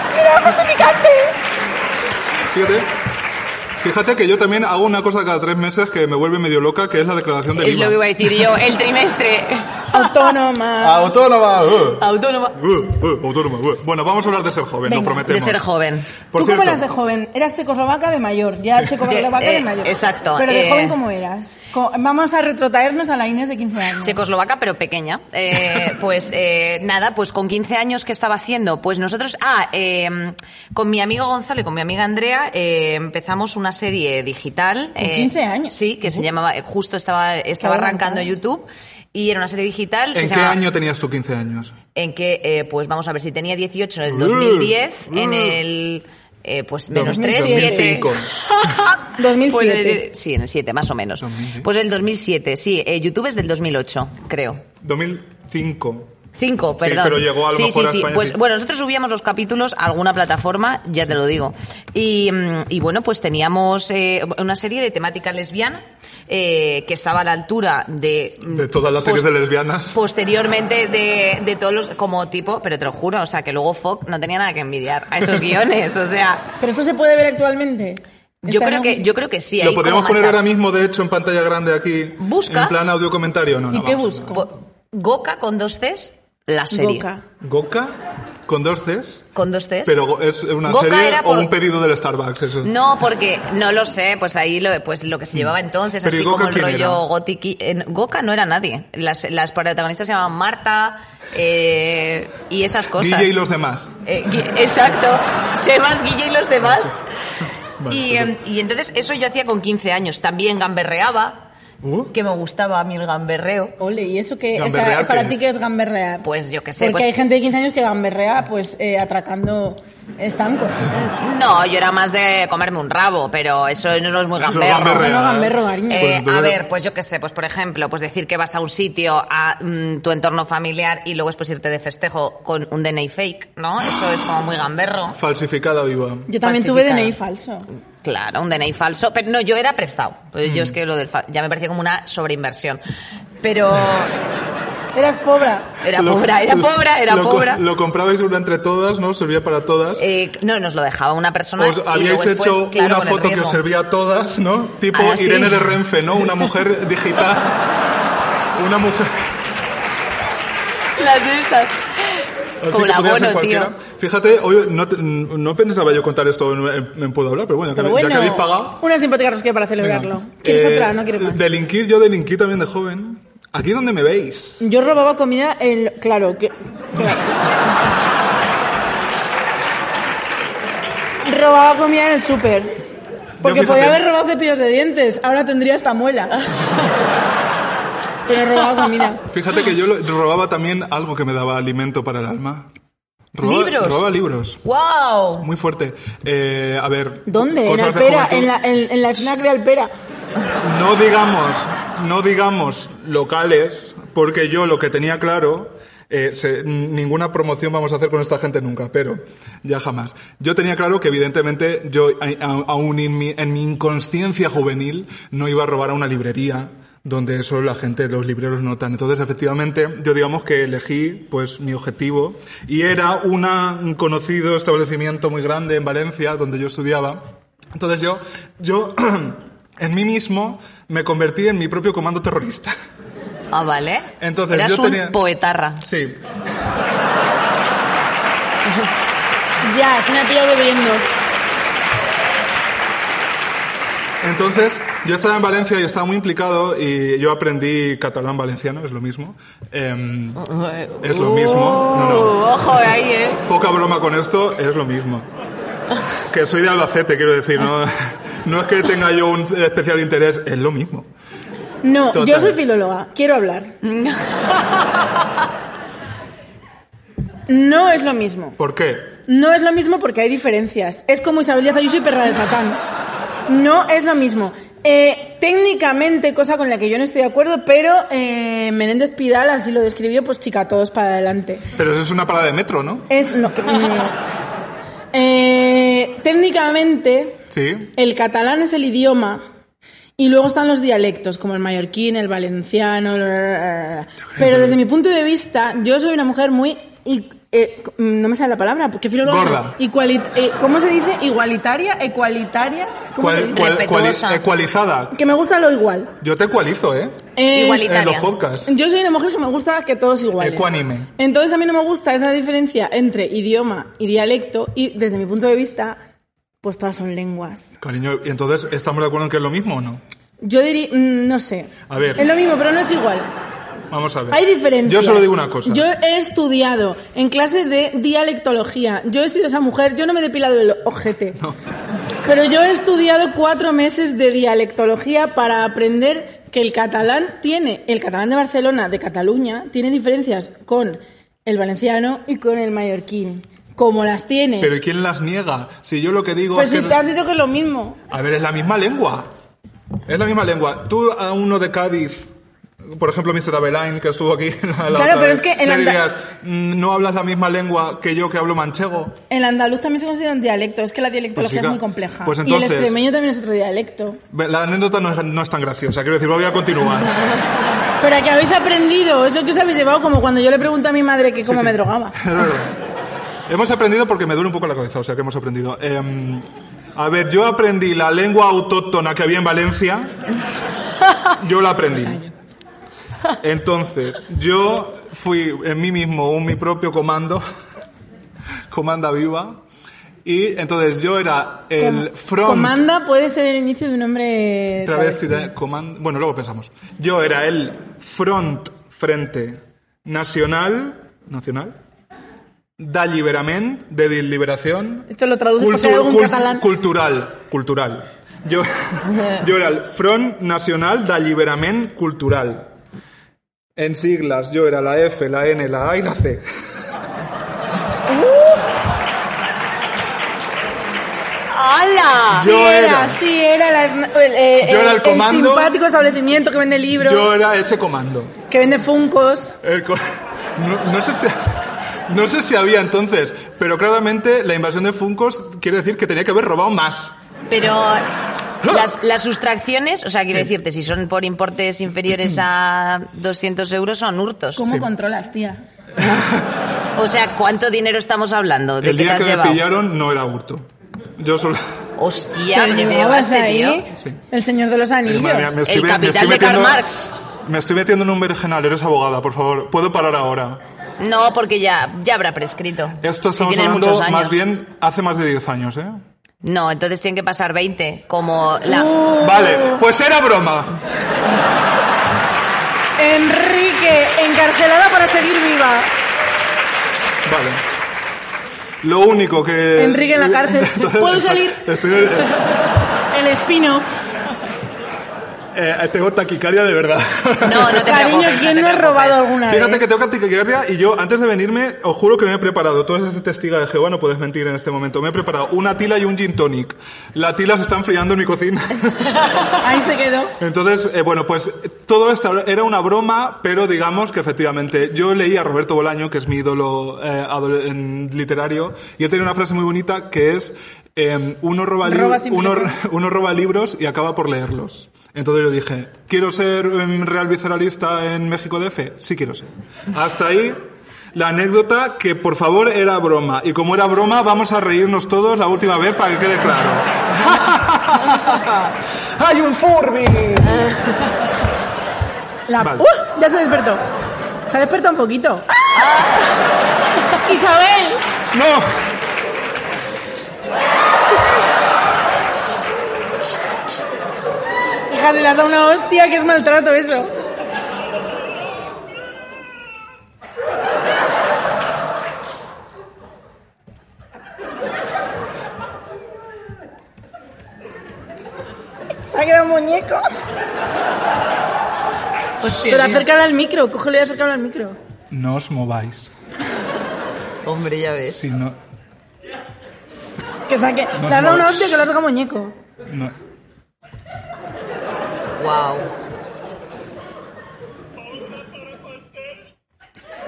D: [LAUGHS] Era
E: [LAUGHS]
D: justificante.
C: Fíjate. Fíjate que yo también hago una cosa cada tres meses que me vuelve medio loca, que es la declaración del
E: Es lo
C: IVA.
E: que iba a decir yo, el trimestre
C: [LAUGHS]
D: Autónoma.
C: Autónoma. uh,
E: autónoma.
C: uh, uh, autónoma. uh. Bueno, vamos a hablar de ser joven, lo
D: Venga.
E: Ah. De
C: prometemos.
E: ser joven.
C: Por
D: ¿Tú
C: cierto,
D: cómo eras de joven? Eras checoslovaca de mayor, ya checoslovaca
E: Eh,
D: de mayor.
E: exacto,
D: Pero de
E: eh.
D: joven, ¿cómo eras? Co- Vamos a retrotraernos a la Inés de 15 años.
E: Checoslovaca, pero pequeña. Eh, pues eh, nada, pues con 15 años, ¿qué estaba haciendo? Pues nosotros, ah, eh, con mi amigo Gonzalo y con mi amiga Andrea eh, empezamos una serie digital.
D: ¿Con
E: eh,
D: 15 años?
E: Sí, que se llamaba, eh, justo estaba, estaba arrancando
D: avanzadas.
E: YouTube. Y era una serie digital. que
C: ¿En
E: se
C: qué
E: llamaba-
C: año tenías tú 15 años?
E: En que, eh, pues vamos a ver, si tenía 18 en el
C: Uh,
E: 2010, en
C: uh.
E: el. eh, pues menos 3, 7.
C: 2005.
D: 2007.
E: eh, sí, en el 7, más o menos.
C: 2007.
E: Pues el 2007, sí. eh, YouTube es del 2008, creo.
C: 2005.
E: Cinco, perdón.
C: pero llegó a lo
E: sí,
C: mejor
E: sí,
C: a
E: sí.
C: España,
E: Pues
C: sí.
E: bueno, nosotros subíamos los capítulos a alguna plataforma, ya te lo digo. Y, mm, y bueno, pues teníamos eh, una serie de temática lesbiana eh, que estaba a la altura de. mm,
C: De todas las series
E: pos-
C: de lesbianas.
E: Posteriormente de, de todos los. como tipo, pero te lo juro, o sea, que luego Fox no tenía nada que envidiar a
C: [LAUGHS]
E: esos guiones, o sea.
D: ¿Pero esto se puede ver actualmente?
E: Yo
D: Está en
E: creo, que,
D: algún-
E: yo creo que sí. hay
C: Lo
E: como
C: podríamos
E: más
C: poner ahora
E: apps.
C: mismo, de hecho, en pantalla grande aquí.
E: Busca.
C: En plan audio comentario. No,
D: ¿Y
C: no,
D: qué
C: vamos.
D: busco?
E: Go- Goka con dos Cs, la serie.
D: Goka.
C: Goka con dos Cs.
E: Con dos Cs.
C: Pero es una
E: Goka
C: serie
E: era
C: o
E: por-
C: un pedido del Starbucks. Eso.
E: No, porque no lo sé, pues ahí lo, pues lo que se llevaba
C: Mm.
E: entonces,
C: Pero ¿y
E: así
C: Goka
E: como el
C: quién
E: rollo
C: era?
E: gotiki. en- Goka no era nadie. Las, las protagonistas se llamaban Marta eh, y esas cosas.
C: DJ y los demás.
E: Eh, Gui- exacto. Sebas, Guille y los demás.
C: Vale,
E: y,
C: pues-
E: em, y entonces eso yo hacía con 15 años. También gamberreaba,
C: Uh.
E: que me gustaba a mí el gamberreo.
D: Ole, ¿y eso que o
C: ¿Gamberrear
D: sea,
C: qué
D: para ti
C: es?
D: qué es gamberrear?
E: Pues yo qué sé.
D: Porque
E: pues-
D: hay gente de 15 años que gamberrea pues eh, atracando estancos.
E: No, yo era más de comerme un rabo, pero eso no es muy
C: Eso es
E: gamberro.
C: gamberrea,
D: Eso no
C: ¿eh?
D: gamberro, cariño.
E: Eh,
C: Pues entonces-
E: a ver, pues yo qué sé, pues por ejemplo, pues decir que vas a un sitio, a mm, tu entorno familiar y luego es pues irte de festejo con un DNI fake, ¿no? Eso es como muy gamberro.
C: Falsificada viva.
D: Yo también tuve
E: Falsificada.
D: DNI falso.
E: Claro, un DNI falso, pero no, yo era prestado. Pues
C: Mm.
E: Yo es que lo del fa- ya me parecía como una sobreinversión. Pero
C: [LAUGHS]
D: Eras pobre.
E: era
C: Lo-
E: pobre, era pobre, era
C: lo co-
E: pobre.
C: Lo comprabais una entre todas, ¿no? Servía para todas.
E: Eh, no, nos lo dejaba una persona.
C: Os
E: y
C: habíais
E: luego después,
C: hecho
E: claro,
C: una
E: con el
C: foto que os
E: riesgo.
C: servía a todas, ¿no? Tipo
E: Ah, sí.
C: Irene de Renfe, ¿no? Una
E: [LAUGHS]
C: mujer digital. Una mujer.
E: Las de estas.
C: Así
E: Como
C: que
E: la
C: podía ser
E: bono, tío.
C: cualquiera. Fíjate, hoy no, te- no pensaba yo contar esto, me puedo hablar, pero bueno, ya que-
D: Pero
C: ya que
D: bueno,
C: habéis pagado.
D: una simpática rosquilla para celebrarlo.
C: venga.
D: ¿Quieres
C: Eh,
D: otra? No quiero más.
C: Delinquir, yo delinquí también de joven. Aquí donde me veis.
D: Yo robaba comida el... Claro, que... claro. robaba comida en el súper. Porque
C: Yo, fíjate.
D: podía haber robado cepillos de dientes. Ahora tendría esta muela. Pero robaba comida.
C: Fíjate que yo lo- robaba también algo que me daba alimento para el alma. Robaba-
E: ¿Libros?
C: Robaba libros.
E: ¡Wow!
C: Muy fuerte. Eh, a ver.
D: ¿Dónde? En
C: cosas de
D: Alpera,
C: juventud.
D: en la, en, en la snack de Alpera.
C: No digamos, no digamos locales, porque yo lo que tenía claro, eh, se- n- ninguna promoción vamos a hacer con esta gente nunca, pero ya jamás. Yo tenía claro que evidentemente yo, a- a- aún en mi, en mi inconsciencia juvenil, no iba a robar a una librería donde eso la gente, los libreros notan. Entonces, efectivamente, yo digamos que elegí pues mi objetivo y era una- un conocido establecimiento muy grande en Valencia, donde yo estudiaba. Entonces yo, [CLEARS THROAT]
D: [LAUGHS]
C: yo en mí mismo me convertí en mi propio comando terrorista.
E: Ah, vale.
C: Entonces,
E: Eras
C: yo
E: un
C: tenía-
E: poetarra.
C: Sí.
D: Ya, se me ha pillado bebiendo.
C: Entonces, yo estaba en Valencia y estaba muy implicado y yo aprendí catalán valenciano, es lo mismo. Em,
D: [LAUGHS]
C: es lo mismo. No, no.
D: Oh.
E: Uh, Ojo ahí, ¿eh?
C: Poca broma con esto, es lo mismo. Que soy de Albacete, quiero decir, no, [LAUGHS] no es que tenga yo un especial interés, es lo mismo.
D: No,
C: Total.
D: yo soy filóloga, quiero
C: [LAUGHS]
D: hablar. No es lo mismo.
C: ¿Por qué?
D: No es lo mismo porque hay diferencias. Es como Isabel Díaz Ayuso y Perra de Satán. No es lo mismo. Eh, técnicamente, cosa con la que yo no estoy de acuerdo, pero eh, Menéndez Pidal así lo describió, pues chica, todos para adelante.
C: Pero eso es una parada de metro, ¿no?
D: Es no, que- no. Eh, técnicamente,
C: Sí.
D: el catalán es el idioma y luego están los dialectos, como el mallorquín, el valenciano. bla, bla, bla, bla. Pero desde mi punto de vista, yo soy una mujer muy. i- eh, no me sale la palabra, porque filóloga. soy.
C: Gorda.
D: Iguali- eh, ¿Cómo se dice? Igualitaria, ecualitaria. ¿Cómo se
C: Cual-
D: dice?
C: cual- cuali-
E: Respetuosa.
C: ecualizada.
D: Que me gusta lo igual.
C: Yo te ecualizo, ¿eh?
D: Eh,
E: Igualitaria.
C: En los podcasts.
D: Yo soy una mujer que me gusta que todos iguales.
C: Ecuánime.
D: Entonces a mí no me gusta esa diferencia entre idioma y dialecto y desde mi punto de vista, pues todas son lenguas.
C: Cariño, ¿y entonces estamos de acuerdo en que es lo mismo o no?
D: Yo diría, mm, no sé.
C: A ver.
D: Es lo mismo, pero no es igual.
C: Vamos a ver.
D: Hay diferencias.
C: Yo solo digo una cosa.
D: Yo he estudiado en clases de dialectología. Yo he sido esa mujer, yo no me he depilado el
C: [LAUGHS]
D: ojete. Pero yo he estudiado cuatro meses de dialectología para aprender que el catalán tiene, el catalán de Barcelona, de Cataluña, tiene diferencias con el valenciano y con el mallorquín. Como las tiene.
C: Pero ¿y quién las niega? Si yo lo que digo
D: Pues
C: es
D: si
C: que...
D: te han dicho que es lo mismo.
C: A ver, es la misma lengua. Es la misma lengua. Tú a uno de Cádiz, por ejemplo, Mr. Abelain, que estuvo aquí. [LAUGHS] la- la
D: Claro,
C: otra
D: pero
C: vez,
D: es que en
C: le
D: Anda-
C: dirías, "Mm, no hablas la misma lengua que yo que hablo manchego.
D: El andaluz también se considera un dialecto, es que la
C: Pues sí,
D: dialectología
C: claro.
D: es muy compleja.
C: Pues
D: y
C: entonces-
D: el extremeño también es otro dialecto.
C: Ve, La anécdota no es, no es tan graciosa. Quiero decir, voy a continuar.
D: Pero que habéis aprendido, eso que os habéis llevado, como cuando yo le pregunté a mi madre que cómo me drogaba.
C: Es verdad. [LAUGHS] hemos aprendido porque me duele un poco la cabeza, o sea que hemos aprendido. Em, a ver, yo aprendí la lengua autóctona que había en Valencia. Yo la aprendí. Entonces, yo fui en mí mismo un mi propio comando, [LAUGHS] comanda viva, y entonces yo era el front
D: Comanda puede ser el inicio de un hombre
C: travesti
D: travesti.
C: de comando. Bueno, luego pensamos. Yo era el front frente nacional, nacional, da liberament, de di- liberación,
D: Esto lo traduces porque
C: cultu-
D: hay algún
C: cul-
D: catalán.
C: cultural, cultural.
D: [LAUGHS]
C: Yo, yo era el front nacional de liberament cultural. En siglas, yo era la F, la N, la A y la C.
E: ¡Hala!
D: Sí
C: Yo
D: era,
C: era.
D: sí era la- el, eh,
C: Yo era el comando.
D: simpático establecimiento que vende libros,
C: Yo era ese comando.
D: que vende funcos.
C: El co- [LAUGHS] no, no sé si... No sé si había entonces, pero claramente la invasión de Funcos quiere decir que tenía que haber robado más.
E: Pero las, las sustracciones, o sea, quiero decirte, si son por importes inferiores a 200 euros, son hurtos.
D: ¿Cómo controlas, tía?
E: O sea, ¿cuánto dinero estamos hablando? ¿De
C: El
E: qué te
C: día
E: has
C: que me
E: llevado?
C: pillaron no era hurto. Yo solo...
E: Hostia,
D: Te
E: pero me
D: llevabas
E: llevaste,
D: ahí
E: tío.
C: Sí.
D: [LAUGHS] El señor de los
C: Eh,
D: anillos.
C: madre mía, me estoy
E: El
C: me estoy
E: capital de Karl
C: metiendo-
E: Marx.
C: Me estoy metiendo en un vergenal, eres abogada, por favor. ¿Puedo parar ahora?
E: No, porque ya, ya habrá prescrito.
C: Esto
E: Si
C: estamos
E: tienen
C: hablando
E: muchos años.
C: más bien hace más de 10 años, ¿eh?
E: No, entonces tienen que pasar 20, como la...
C: Vale, pues era broma.
D: Enrique, encarcelada para seguir viva.
C: Vale. Lo único que...
D: Enrique en
C: [LAUGHS]
D: la cárcel. ¿Puedo salir?
C: Estoy... eh,
D: El espino.
C: eh, tengo taquicardia de verdad.
E: No, no te
D: Cariño,
E: preocupes.
D: ¿quién
E: no,
D: no
E: te
D: ha robado
E: preocupes.
D: alguna vez?
C: Fíjate que tengo taquicardia y yo, antes de venirme, os juro que me he preparado. Tú eres testiga de Jehová, no puedes mentir en este momento. Me he preparado una tila y un gin tonic. La tila se está enfriando en mi cocina.
D: Ahí se quedó.
C: Entonces, eh, bueno, pues eh, todo esto era una broma, pero digamos que efectivamente yo leí a Roberto Bolaño, que es mi ídolo eh, adole- en literario, y él tenía una frase muy bonita que es eh, uno, roba lib-
D: Roba sin
C: uno, [LAUGHS]
D: pensar.
C: uno roba libros y acaba por leerlos. Entonces yo dije, ¿quiero ser em, real visceralista en México DF? Sí quiero ser. Hasta ahí la anécdota que por favor era broma. Y como era broma, vamos a reírnos todos la última vez para que quede claro. [LAUGHS] ¡Hay un Furby!
D: La...
C: Vale.
D: ¡Uh! ya se despertó. Se ha despertado un poquito. ¡Ah! Isabel,
C: ¡No!
D: fíjate, le has dado una hostia que es maltrato eso. Se ha quedado un muñeco. Pero acércalo al micro, cógelo y acércalo al micro.
C: No os mováis.
E: Hombre, ya ves.
C: Si no,
D: Que saque.
C: No,
D: le has dado
C: no.
D: una hostia que lo has dejado muñeco.
C: no.
E: Wow.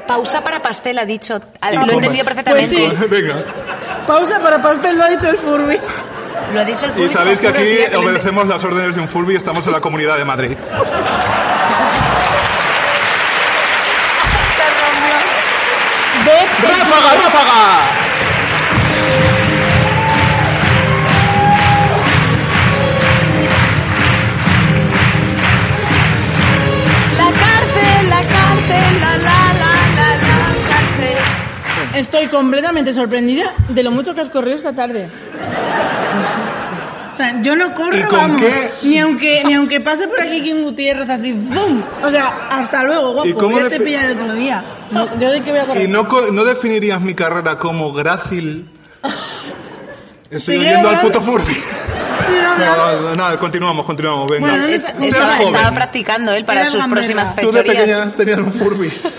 E: Pausa para pastel, ha dicho. Ah, Lo he
C: coma.
E: entendido perfectamente.
D: Pues
C: Venga.
D: Pausa para pastel, lo ha dicho el Furby.
E: Lo ha dicho el
C: Y
E: público,
C: sabéis que
E: juro, tía,
C: aquí
E: que lo he entendido.
C: obedecemos las órdenes de un Furby y estamos en la Comunidad de Madrid.
D: De
C: ¡Ráfaga, ráfaga!
E: La cárcel, la cárcel, la la la la la cárcel.
D: Estoy completamente sorprendida de lo mucho que has corrido esta tarde. O sea, yo no corro,
C: ¿Y con
D: vamos.
C: qué?
D: Ni aunque ni aunque pase por aquí Kim Gutiérrez así, ¡bum! O sea, hasta luego, guapo.
C: ¿Y cómo
D: ya te
C: defi-
D: pillaré otro día. No, ¿Yo de qué voy a correr?
C: ¿Y no, co- no definirías mi carrera como grácil? Estoy
D: Sigue
C: oyendo al
D: hablando.
C: puto Furby.
D: Sí, no, no.
C: No, no, nada, continuamos, continuamos, venga.
D: Bueno, ¿dónde está-
C: Seas
D: estaba-
E: Estaba,
C: joven.
E: estaba practicando él para
D: Era
E: sus
D: gamberra.
E: próximas
C: Tú de
E: fechorías.
C: pequeña tenías un Furby. [LAUGHS]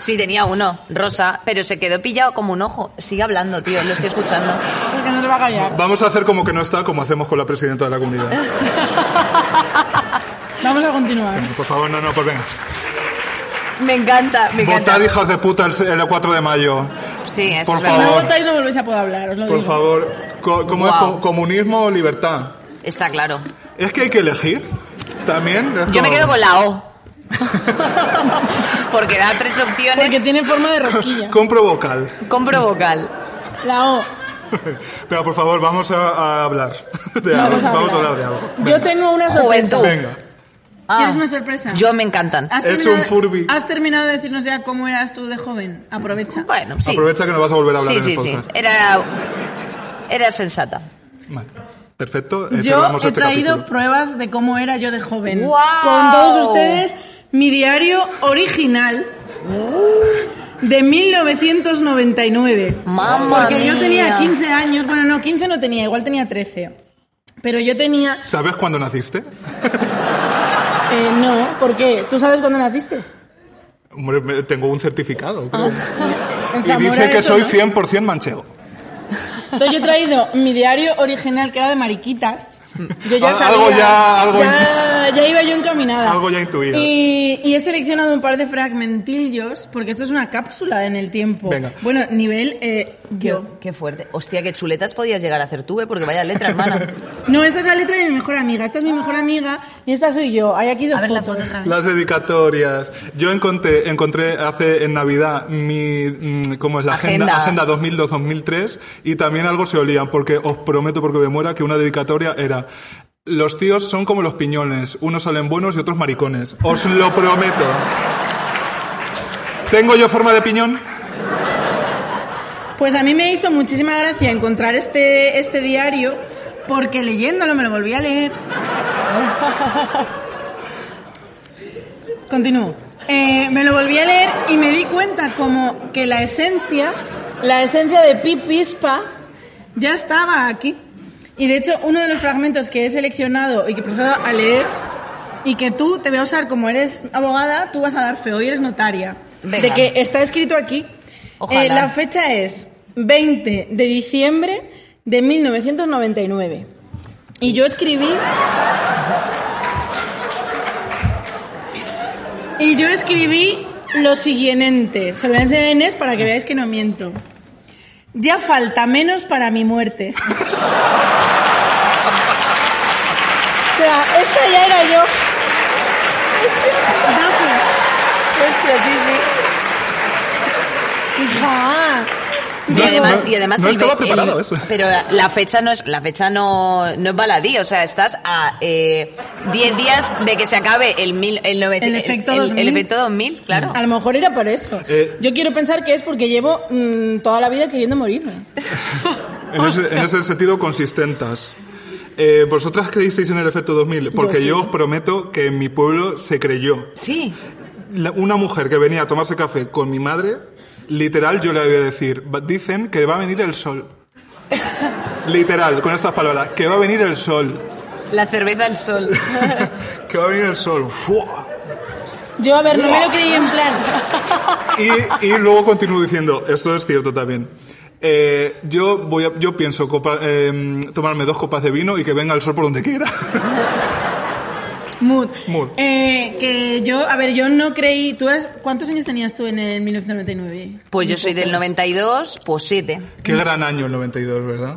E: Sí, tenía uno, rosa, pero se quedó pillado como un ojo. Sigue hablando, tío, lo estoy escuchando.
D: Porque no se va a callar.
C: Vamos a hacer como que no está, como hacemos con la presidenta de la comunidad.
D: Vamos a continuar.
C: Por favor, no, no, pues venga.
E: Me encanta, me encanta.
C: Votad, hijas de puta, el, el 4 de mayo.
E: Sí, eso
C: Por
E: es
D: Si
E: verdad.
D: no
C: favor.
D: votáis no volvéis a poder hablar, os lo
C: Por
D: digo.
C: favor, Co- ¿cómo es?
E: Guau.
C: Co- ¿Comunismo o libertad?
E: Está claro.
C: Es que hay que elegir. También. es
E: Yo me
C: como-
E: quedo con la
C: [LAUGHS]
E: O. Porque da tres opciones.
D: Porque tiene forma de
C: [LAUGHS]
D: rosquilla.
C: Compro vocal.
E: Compro vocal.
D: La O.
C: Pero por favor, vamos a, a hablar. [LAUGHS] de algo.
D: Vamos a
C: Vamos a
D: hablar.
C: hablar de algo.
D: Yo tengo una sorpresa.
E: Juventud.
C: Venga.
E: Ah,
D: ¿Quieres una sorpresa? Ah.
E: Yo me encantan.
D: ¿Has
C: Es
D: terminado-
C: un Furby.
D: Has terminado de decirnos ya cómo eras tú de joven. Aprovecha.
E: Bueno, sí.
C: Aprovecha que no vas a volver a hablar
E: Sí,
C: en el
E: sí, sí.
C: podcast.
E: Era, era sensata.
C: Vale. Perfecto. eh,
D: Yo
C: cerramos
D: he
C: este
D: traído
C: capítulo.
D: pruebas de cómo era yo de joven.
E: ¡Guau!
D: Con todos ustedes, mi diario original de 1999.
E: Mamma
D: Porque yo tenía
E: mía.
D: 15 años, bueno, no, 15 no tenía, igual tenía 13. Pero yo tenía...
C: ¿Sabes cuándo naciste?
D: eh, no, ¿por qué? ¿Tú sabes cuándo naciste?
C: Hombre, me- tengo un certificado. creo.
D: En
C: y
D: Zamora
C: dice que
D: eso,
C: soy
D: ¿no?
C: 100% manchego.
D: Entonces yo he traído mi diario original que era de mariquitas. Yo ya
C: Al-
D: sabía,
C: Ah, algo ya- algo-
D: ya, ya iba yo encaminada.
C: Algo ya intuías.
D: Y, y he seleccionado un par de fragmentillos porque esto es una cápsula en el tiempo.
C: Venga.
D: Bueno, nivel eh,
E: Qué,
D: yo.
E: qué fuerte. Hostia, qué chuletas podías llegar a hacer tú, eh, porque vaya
D: [LAUGHS]
E: letra, hermana.
D: No, esta es la letra de mi mejor amiga. Esta es mi mejor amiga y esta soy yo. Hay aquí dos
E: A ver la
D: fotos.
E: foto otra vez.
C: Las dedicatorias. Yo encontré, encontré hace en Navidad mi, mm, ¿cómo es la agenda?
E: Agenda.
C: Agenda, 2002-2003 y también algo se olían porque os prometo porque me muera que una dedicatoria era los tíos son como los piñones, unos salen buenos y otros maricones. Os lo prometo. ¿Tengo yo forma de piñón?
D: Pues a mí me hizo muchísima gracia encontrar este, este diario porque leyéndolo me lo volví a leer. Continúo. Eh, me lo volví a leer y me di cuenta como que la esencia, la esencia de Pipispa ya estaba aquí. Y de hecho uno de los fragmentos que he seleccionado y que he empezado a leer y que tú te voy a usar como eres abogada, tú vas a dar feo y eres notaria.
E: Venga.
D: De que está escrito aquí.
E: Ojalá.
D: Eh, la fecha es 20 de diciembre de 1999. Y yo escribí... Y yo escribí lo siguiente. Se lo voy a enseñar a Inés para que veáis que no miento. Ya falta menos para mi muerte. o sea, esta ya era yo. Dafne.
E: Hostia, sí, sí.
D: Hija,
E: Y además, y además
C: no
E: el
C: estaba
E: ve-
C: preparado
E: el-
C: eso.
E: Pero la fecha no es, la fecha no, no es baladí, o sea, estás a eh, 10 días de que se acabe el, mil, el, noventa-
D: El efecto Ah.
E: el- el
D: 2000.
E: efecto 2000, claro.
D: A lo mejor era por eso.
C: Eh.
D: Yo quiero pensar que es porque llevo mm, toda la vida queriendo morirme.
C: En ese, en ese sentido, consistentas. Eh, ¿Vosotras creísteis en el efecto 2000? Porque yo,
D: sí.
C: os prometo que en mi pueblo se creyó.
E: Sí.
C: La- una mujer que venía a tomarse café con mi madre, literal, yo le voy a decir, "Va- dicen que va a venir el
E: [LAUGHS]
C: sol. literal, con estas palabras, que va a venir el sol,
E: [LAUGHS] La cerveza al sol.
C: que va a venir el sol. ¡Fua!
D: Yo, a ver, no me lo creí en plan.
C: Y, y luego continúo diciendo, esto es cierto también. Eh, yo voy a- yo pienso copa- em, tomarme dos copas de vino y que venga el sol por donde quiera. [LAUGHS]
D: Mood.
C: Mood.
D: Eh, que yo, a ver, yo no creí. ¿Tú eras, ¿Cuántos años tenías tú en el 1999?
E: Pues yo soy del 92, pues 7.
C: Qué gran año el 92, ¿verdad?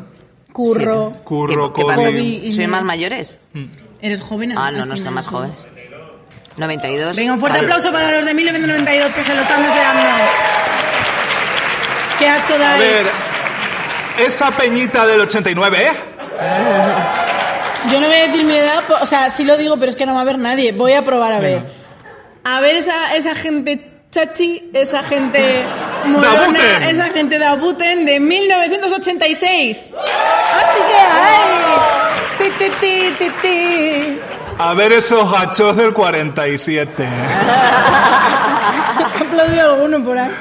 D: Curro.
C: Curro,
E: ¿Qué- qué pasa?
C: COVID.
D: Covid,
E: ¿Soy
D: Inés.
E: más mayores?
D: Eres joven.
E: Ah,
D: al
E: no, no soy
D: final,
E: más
D: tú.
E: jóvenes. 92.
D: Venga, un fuerte aplauso para los de 1992 que se lo están deseando. Qué asco
C: A
D: dais.
C: ver, esa peñita del 89, ¿eh?
D: Yo no voy a decir mi edad, po- o sea, sí lo digo, pero es que no va a haber nadie. Voy a probar a ver. A ver esa, esa gente chachi, esa gente
C: Dabuten.
D: morona, esa gente de Abuten de 1986. Así que, ay, ti, ti, ti, ti, ti.
C: A ver esos hachos del 47.
D: Ha aplaudido alguno por ahí.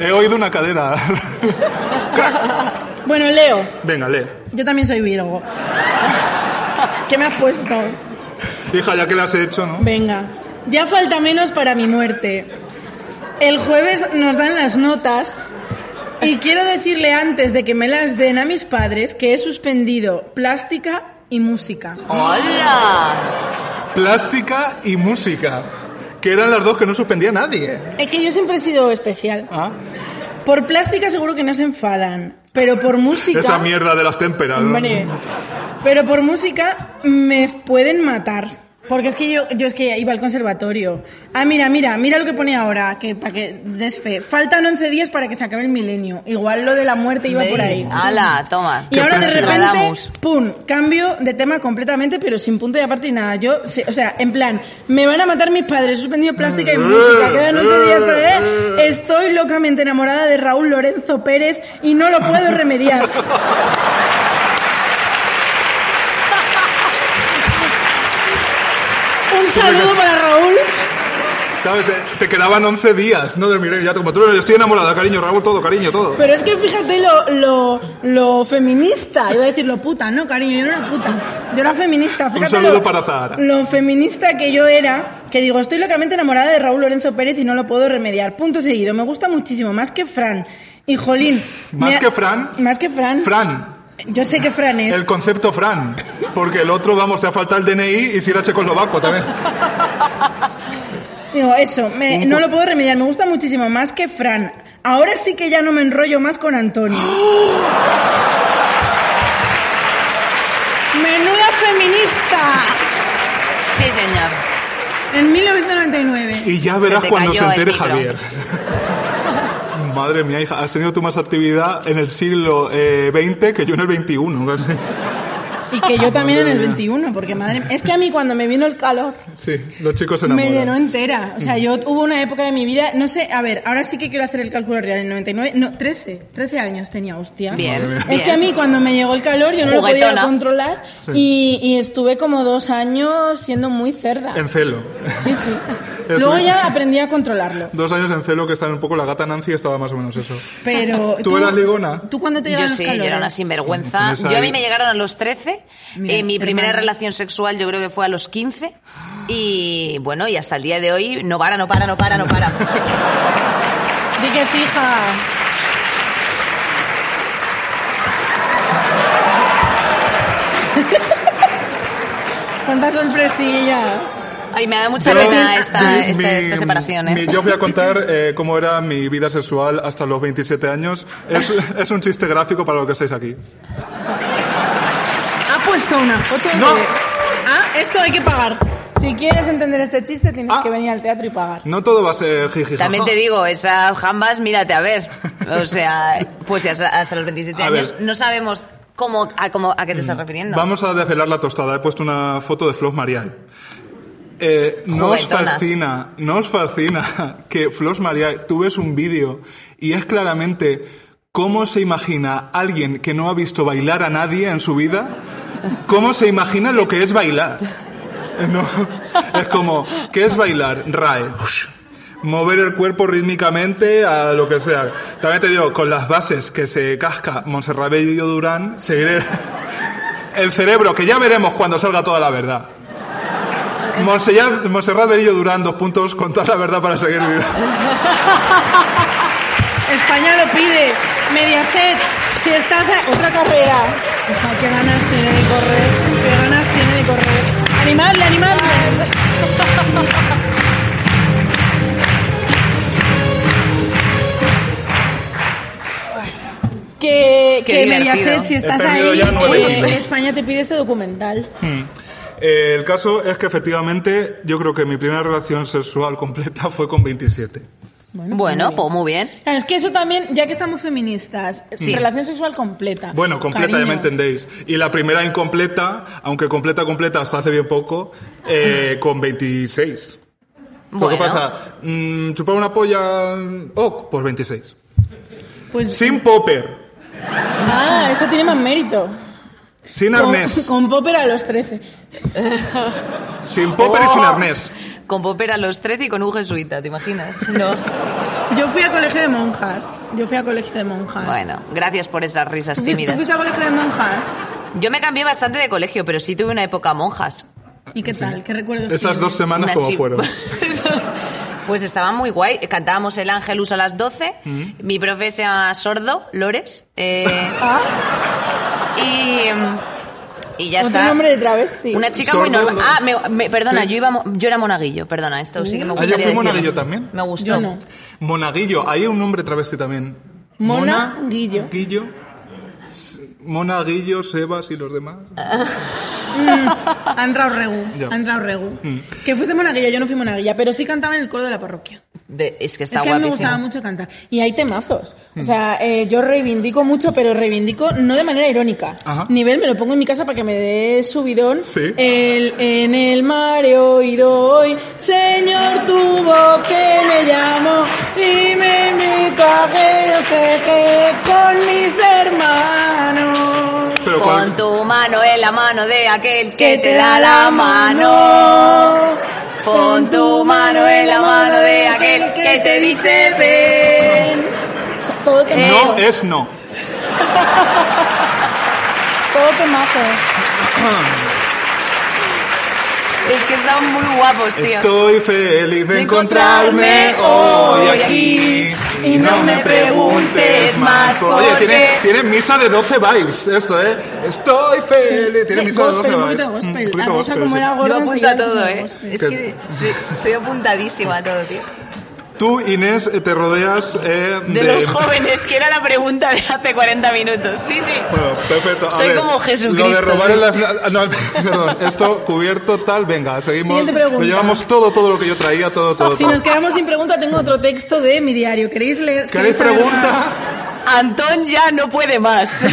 C: He oído una cadera. [LAUGHS]
D: Bueno, Leo,
C: Venga, lee.
D: yo también soy Virgo. [LAUGHS] ¿Qué me has puesto?
C: Hija, ya que las he hecho, ¿no?
D: Venga, ya falta menos para mi muerte. El jueves nos dan las notas y quiero decirle antes de que me las den a mis padres que he suspendido plástica y música.
E: ¡Hola!
C: Plástica y música. Que eran las dos que no suspendía nadie.
D: Es que yo siempre he sido especial.
C: Ah,
D: Por plástica seguro que no se enfadan, pero por música...
C: Esa mierda de las témperas. ¿no?
D: Hombre, pero por música me pueden matar. Porque es que yo, yo es que iba al conservatorio. Ah, mira, mira, mira lo que pone ahora, que para que des fe. Faltan 11 días para que se acabe el milenio. Igual lo de la muerte iba por ahí.
E: ¿Veis? ¡Hala! Toma.
D: Y ahora de repente,
E: Nostradamus.
D: pum, cambio de tema completamente, pero sin punto de aparte ni nada. Yo, se- o sea, en plan, me van a matar mis padres, suspendido plástica y música, quedan 11 días para él. Estoy locamente enamorada de Raúl Lorenzo Pérez y no lo puedo remediar. [LAUGHS] Un saludo para Raúl.
C: ¿Sabes? Eh, Te quedaban 11 días, ¿no? Del milenio. Ya, como tú, yo estoy enamorada, cariño, Raúl, todo, cariño, todo.
D: Pero es que fíjate lo, lo, lo feminista, iba a decir lo puta, no cariño, yo no era puta, yo era feminista. Fíjate
C: saludo
D: lo,
C: para Zahara.
D: Lo feminista que yo era, que digo, estoy locamente enamorada de Raúl Lorenzo Pérez y no lo puedo remediar. Punto seguido, me gusta muchísimo, más que Fran. Y Jolín.
C: Más
D: me ha-
C: que Fran.
D: Más que Fran.
C: Fran.
D: Yo sé que Fran es.
C: El concepto Fran. Porque el otro, vamos, te ha faltado el DNI y si era checoslovaco también.
D: Digo, eso, me- no lo puedo remediar, me gusta muchísimo, más que Fran. Ahora sí que ya no me enrollo más con Antonio. ¡Menuda feminista!
E: Sí, señor.
D: En 1999.
C: Y ya
E: Se
C: verás
E: te
C: cuando
E: cayó
C: se entere
E: el micro. [LAUGHS]
C: Javier. Madre mía, hija, has tenido tú más actividad en el siglo eh, XX que yo en el XXI, casi.
D: Y que yo también en
C: Madre
D: el
C: mía.
D: 21, porque madre Es que a mí cuando me vino el calor
C: Sí, los chicos se
D: me llenó
C: enamoran.
D: entera. O sea, yo hubo una época de mi vida, no sé, a ver, ahora sí que quiero hacer el cálculo real. En 99, no, 13, 13 años tenía, hostia.
E: Bien, Madre mía.
D: Es que a mí cuando me llegó el calor yo no lo podía
E: Juguetona.
D: controlar y, y estuve como dos años siendo muy cerda.
C: En celo.
D: Sí, sí.
C: [LAUGHS] Eso
D: Luego
C: es.
D: ya aprendí a controlarlo.
C: Dos años en celo que estaba un poco la gata Nancy estaba más o menos eso.
D: Pero.
C: [LAUGHS] ¿Tú eras ligona?
D: ¿Tú cuándo te
E: Yo
D: llegaron los
E: sí, yo era una
D: calores?
E: sinvergüenza.
C: Esa-
E: Yo a mí me llegaron a los 13.
D: Mira,
E: eh, mi primera
D: hermanos.
E: relación sexual yo creo que fue a los 15. Y bueno, y hasta el día de hoy no para, no para, no para, no para.
D: Di que sí, hija. [LAUGHS] Cuántas sorpresillas.
E: Ay, me da mucha
C: Yo-
E: pena esta,
C: mi-
E: esta, esta separación,
C: mi-
E: ¿eh?
C: yo voy a contar eh, cómo era mi vida sexual hasta los 27 años. Es, es un chiste gráfico para lo que estáis aquí.
D: Ha puesto una foto
C: No.
D: de... Ah, esto hay que pagar. Si quieres entender este chiste, tienes que venir al teatro y pagar.
C: No todo va a ser jiji. jaja.
E: También te digo, esas jambas, mírate a ver. O sea, pues hasta, hasta los 27
C: A
E: años
C: ver. Mm,
E: no sabemos cómo a, cómo, a qué te estás refiriendo.
C: Vamos a desvelar la tostada. He puesto una foto de Flos Marial. Eh, no os
E: Juguetonas.
C: fascina, no os fascina [LAUGHS] que Flos Marial, tú ves un vídeo y es claramente cómo se imagina alguien que no ha visto bailar a nadie en su vida, cómo se imagina lo que es bailar. Eh, No, [LAUGHS] es como, ¿qué es bailar? RAE. Mover el cuerpo rítmicamente a lo que sea. También te digo, con las bases que se casca Montserrat Bello Durán, seguiré [LAUGHS] el cerebro, que ya veremos cuando salga toda la verdad. Monse- Montserrat Bello Durán, dos puntos, contar la verdad para seguir viviendo.
D: España lo pide. Mediaset, si estás a... Otra carrera. Ojo, qué ganas tiene de correr. Qué ganas tiene de correr. Animadle, animadle. Que,
E: Qué
D: que
E: divertido.
D: Mediaset, si
E: He
D: estás
C: perdido
D: ahí,
C: ya nueve
D: eh,
C: kilos.
D: España te pide este documental.
C: Eh, el caso es que efectivamente yo creo que mi primera relación sexual completa fue con 27.
E: Bueno, pues muy bien.
D: Claro, es que eso también, ya que estamos feministas,
E: Sí.
D: relación sexual completa.
C: Bueno, completa, ya me
D: cariño.
C: entendéis. Y la primera incompleta, aunque completa, completa, hasta hace bien poco, eh, con 26.
E: Bueno,
C: ¿Qué pasa? Mm, ¿Chupar una polla? Oh, pues 26.
D: Pues
C: Sin popper,
D: Ah, eso tiene más mérito.
C: sin
D: Con,
C: arnés.
D: [LAUGHS] con Popper a los 13.
C: Sin popper y sin
E: Oh.
C: arnés.
E: Con Popper a los 13 y con un jesuita, ¿te imaginas? No.
D: Yo fui a colegio de monjas. Yo fui a colegio de monjas.
E: Bueno, gracias por esas risas
D: ¿Tú, tú
E: tímidas.
D: fuiste a colegio de monjas?
E: Yo me cambié bastante de colegio, pero sí tuve una época monjas.
D: ¿Y qué tal? ¿Qué recuerdos
C: Esas
D: tienes?
C: dos semanas,
E: Unas
C: ¿cómo
E: sí-
C: fueron?
E: [LAUGHS] pues estaba muy guay. Cantábamos el Angelus a las 12.
C: Mm.
E: Mi profe se llama Sordo, Lores. eh,
C: [LAUGHS]
E: y, y ya
D: Otro
E: está.
D: nombre de travesti.
E: Una chica
C: Sordo,
E: muy normal.
C: no.
E: Ah, me- me- perdona,
C: Sí.
E: yo, iba, mo- yo era monaguillo, perdona, esto sí que me
C: Ah, yo
E: gustaría
C: fui
E: decirlo.
C: monaguillo también.
E: Me gustó.
D: Yo no.
C: Monaguillo, hay un nombre travesti también.
D: Mona Guillo.
C: Guillo. S- Mona Guillo, Sebas y los demás.
D: Ha entrado Regu.
C: Ya. Mm.
D: Ha entrado Regu. Que fuiste monaguilla, yo no fui monaguilla, pero sí cantaba en el coro de la parroquia.
E: Ve- Es que está
D: es que a mí me
E: guapísimo.
D: gustaba mucho cantar. Y hay temazos. O sea, eh, yo reivindico mucho, pero reivindico no de manera irónica.
C: Ajá.
D: Nivel me lo pongo en mi casa para que me dé subidón.
C: Sí.
D: El, en el mar he oído hoy, Señor tu voz que me llamó y me invito a que yo sé que con mis hermanos
C: Pero
E: Con
C: cuál-
E: tu mano en la mano de aquel
D: que te da la mano. Pon tu mano en la mano de aquel que te dice ven. Eh, O sea, Todo temazos.
C: No eh. es no.
D: Todo temazos.
E: Es que están muy guapos, tío.
C: Estoy feliz de encontrarme hoy aquí y no me preguntes más.
E: por
C: Oye,
E: qué.
C: tiene, tiene misa de 12 vibes esto, ¿eh? Estoy feliz. Tiene
D: De
C: misa de 12
D: gospel,
C: vibes.
D: un poquito de
C: Mm, un
D: gospel.
C: poquito
D: La cosa
C: gospel,
D: como
C: sí.
D: era
E: Yo
D: Gordon
E: apunto
D: seguía
E: a todo,
D: mucho
E: ¿eh?
D: gospel.
E: Es que soy, soy apuntadísima a todo, tío.
C: Tú, Inés, eh, te rodeas eh,
E: De los jóvenes, que era la pregunta de hace 40 minutos. Sí, sí.
C: Bueno, perfecto. A
E: Soy
C: ver,
E: como Jesucristo,
C: Lo de robar
E: sí.
C: en las- no, [LAUGHS] perdón, esto cubierto tal, venga, seguimos.
D: Siguiente pregunta.
C: Lo llevamos todo, todo lo que yo traía, todo, todo.
D: Si
C: todo.
D: nos quedamos sin pregunta, tengo otro texto de mi diario. ¿Queréis leer?
C: ¿Queréis
D: saber más?
C: pregunta?
E: Antón ya no puede más.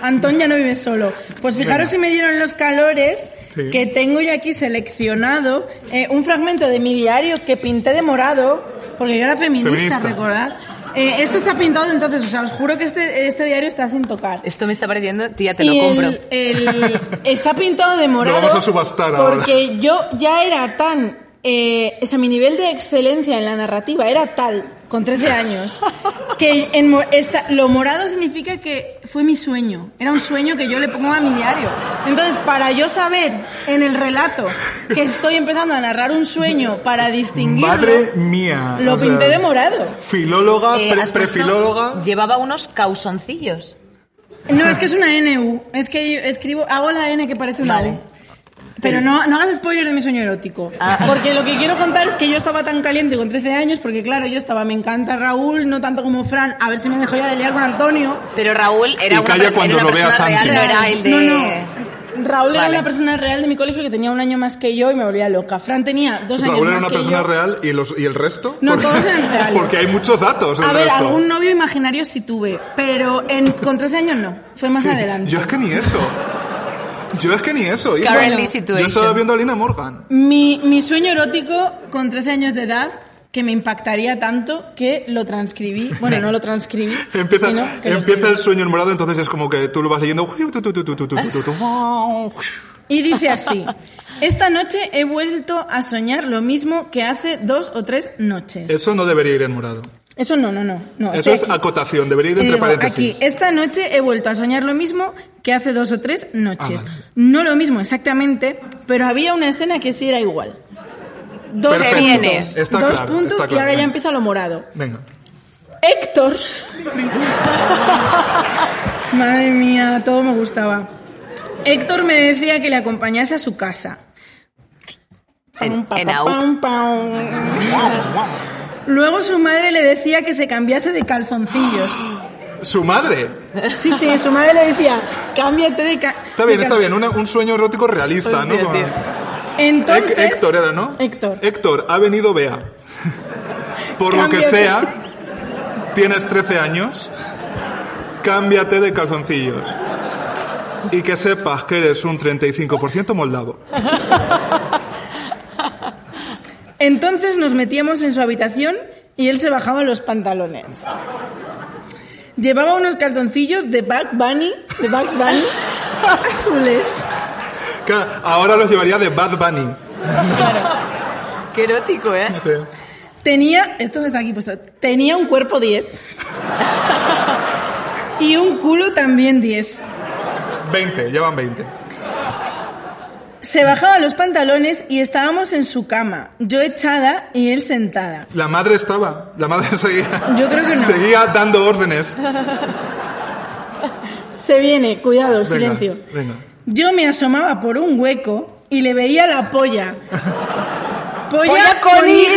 D: Antón ya no vive solo. Pues fijaros si me dieron los calores
C: Sí.
D: que tengo yo aquí seleccionado eh, un fragmento de mi diario que pinté de morado, porque yo era feminista,
C: Feminista.
D: recordad. Eh, esto está pintado entonces, o sea, os juro que este, este diario está sin tocar.
E: Esto me está pareciendo, tía, te
D: Y
E: lo
D: el-
E: compro.
D: el- está pintado
C: [LAUGHS]
D: de morado.
C: Lo vamos a subastar ahora.
D: Porque yo ya era tan. eh, o sea, mi nivel de excelencia en la narrativa era tal, con 13
E: [LAUGHS]
D: años, que en mo- esta- lo morado significa que fue mi sueño. Era un sueño que yo le pongo a mi diario. Entonces, para yo saber en el relato que estoy empezando a narrar un sueño para distinguirlo,
C: Madre mía.
D: lo
C: o sea,
D: pinté de morado.
C: Filóloga,
E: Eh,
C: pre-
E: has puesto-
C: prefilóloga.
E: Llevaba unos causoncillos.
D: No, es que es una NU. Es que yo escribo, hago la N que parece una
E: Vale.
D: U. Pero no, no hagas spoiler de mi sueño erótico.
E: Ah.
D: Porque lo que quiero contar es que yo estaba tan caliente con 13 años, porque claro, yo estaba, me encanta Raúl, no tanto como Fran, a ver si me dejo ya de liar con Antonio.
E: Pero Raúl
C: Y
E: era una,
C: calla
E: per-
C: cuando
E: era una
C: lo veas,
E: persona real,
C: Santi.
E: no era el de...
D: No, no. Raúl era
E: Vale.
D: una persona real de mi colegio que tenía un año más que yo y me volvía loca. Fran tenía dos años
C: Raúl era
D: más
C: una
D: que
C: persona
D: yo.
C: real y, los, y el resto.
D: No,
C: Porque-
D: todos
C: [LAUGHS]
D: eran reales.
C: Porque hay muchos datos.
D: A
C: el
D: ver,
C: resto.
D: algún novio imaginario sí tuve, pero en- con 13 años no. Fue más adelante.
C: Yo es que ni eso. Yo es que ni eso. hija.
E: Currently
C: Yo
E: situation.
C: estaba viendo a Lina Morgan.
D: Mi, mi sueño erótico con 13 años de edad que me impactaría tanto que lo transcribí. Bueno, no lo transcribí.
C: [LAUGHS] Empieza,
D: sino que lo
C: empieza
D: escribí.
C: el sueño en morado, entonces es como que tú lo vas leyendo. tu, tu, tu, tu, tu, tu, tu, tu.
D: Y dice así: Esta noche he vuelto a soñar lo mismo que hace dos o tres noches.
C: Eso no debería ir en morado.
D: Eso no, no, no. no
C: Eh, Eso
D: estoy
C: es
D: Ah, aquí.
C: acotación, debería ir
D: Te
C: entre
D: digo,
C: paréntesis.
D: Aquí, esta noche he vuelto a soñar lo mismo que hace dos o tres noches.
C: Ah, vale.
D: No lo mismo exactamente, pero había una escena que sí era igual. Dos
E: Se
D: puntos,
E: viene.
C: Está
D: dos
C: claro,
D: puntos
C: está
D: y
C: claro,
D: ahora ya
C: venga.
D: empieza lo morado.
C: Venga.
D: Héctor. [LAUGHS] Madre mía, todo me gustaba. Héctor me decía que le acompañase a su casa.
E: En, en AUP.
D: Pam, pam. Luego su madre le decía que se cambiase de calzoncillos.
C: Su madre.
D: Sí, sí, su madre le decía, cámbiate de ca
C: Está bien,
D: de
C: está
D: cal-".
C: bien. una- un sueño erótico realista, ¿no?
E: Hostia,
C: Como-
E: tío.
D: Pues Entonces,
C: Hec- Héctor era, ¿no?
D: Héctor.
C: Héctor, ha venido Bea. Por lo que
D: Cámbiate.
C: sea, tienes 13 años, cámbiate de calzoncillos. Y que sepas que eres un 35% moldavo.
D: Entonces nos metíamos en su habitación y él se bajaba los pantalones. Llevaba unos calzoncillos de Bad Bunny, de Bugs Bunny, azules.
C: Claro, ahora los llevaría de Bad Bunny.
E: Qué erótico, ¿eh?
C: No sé.
D: Tenía, esto que está aquí puesto, tenía un cuerpo 10. y un culo también 10.
C: 20, llevan 20.
D: Se bajaba los pantalones y estábamos en su cama, yo echada y él sentada.
C: La madre estaba, la madre [LAUGHS] seguía.
D: Yo creo que no.
C: Seguía dando
E: [LAUGHS]
C: órdenes.
D: Se viene, cuidado,
C: Venga,
D: silencio.
C: Venga.
D: Yo me asomaba por un hueco y le veía la
E: [LAUGHS]
D: polla. Polla,
E: ¡Polla con Y!
D: [LAUGHS]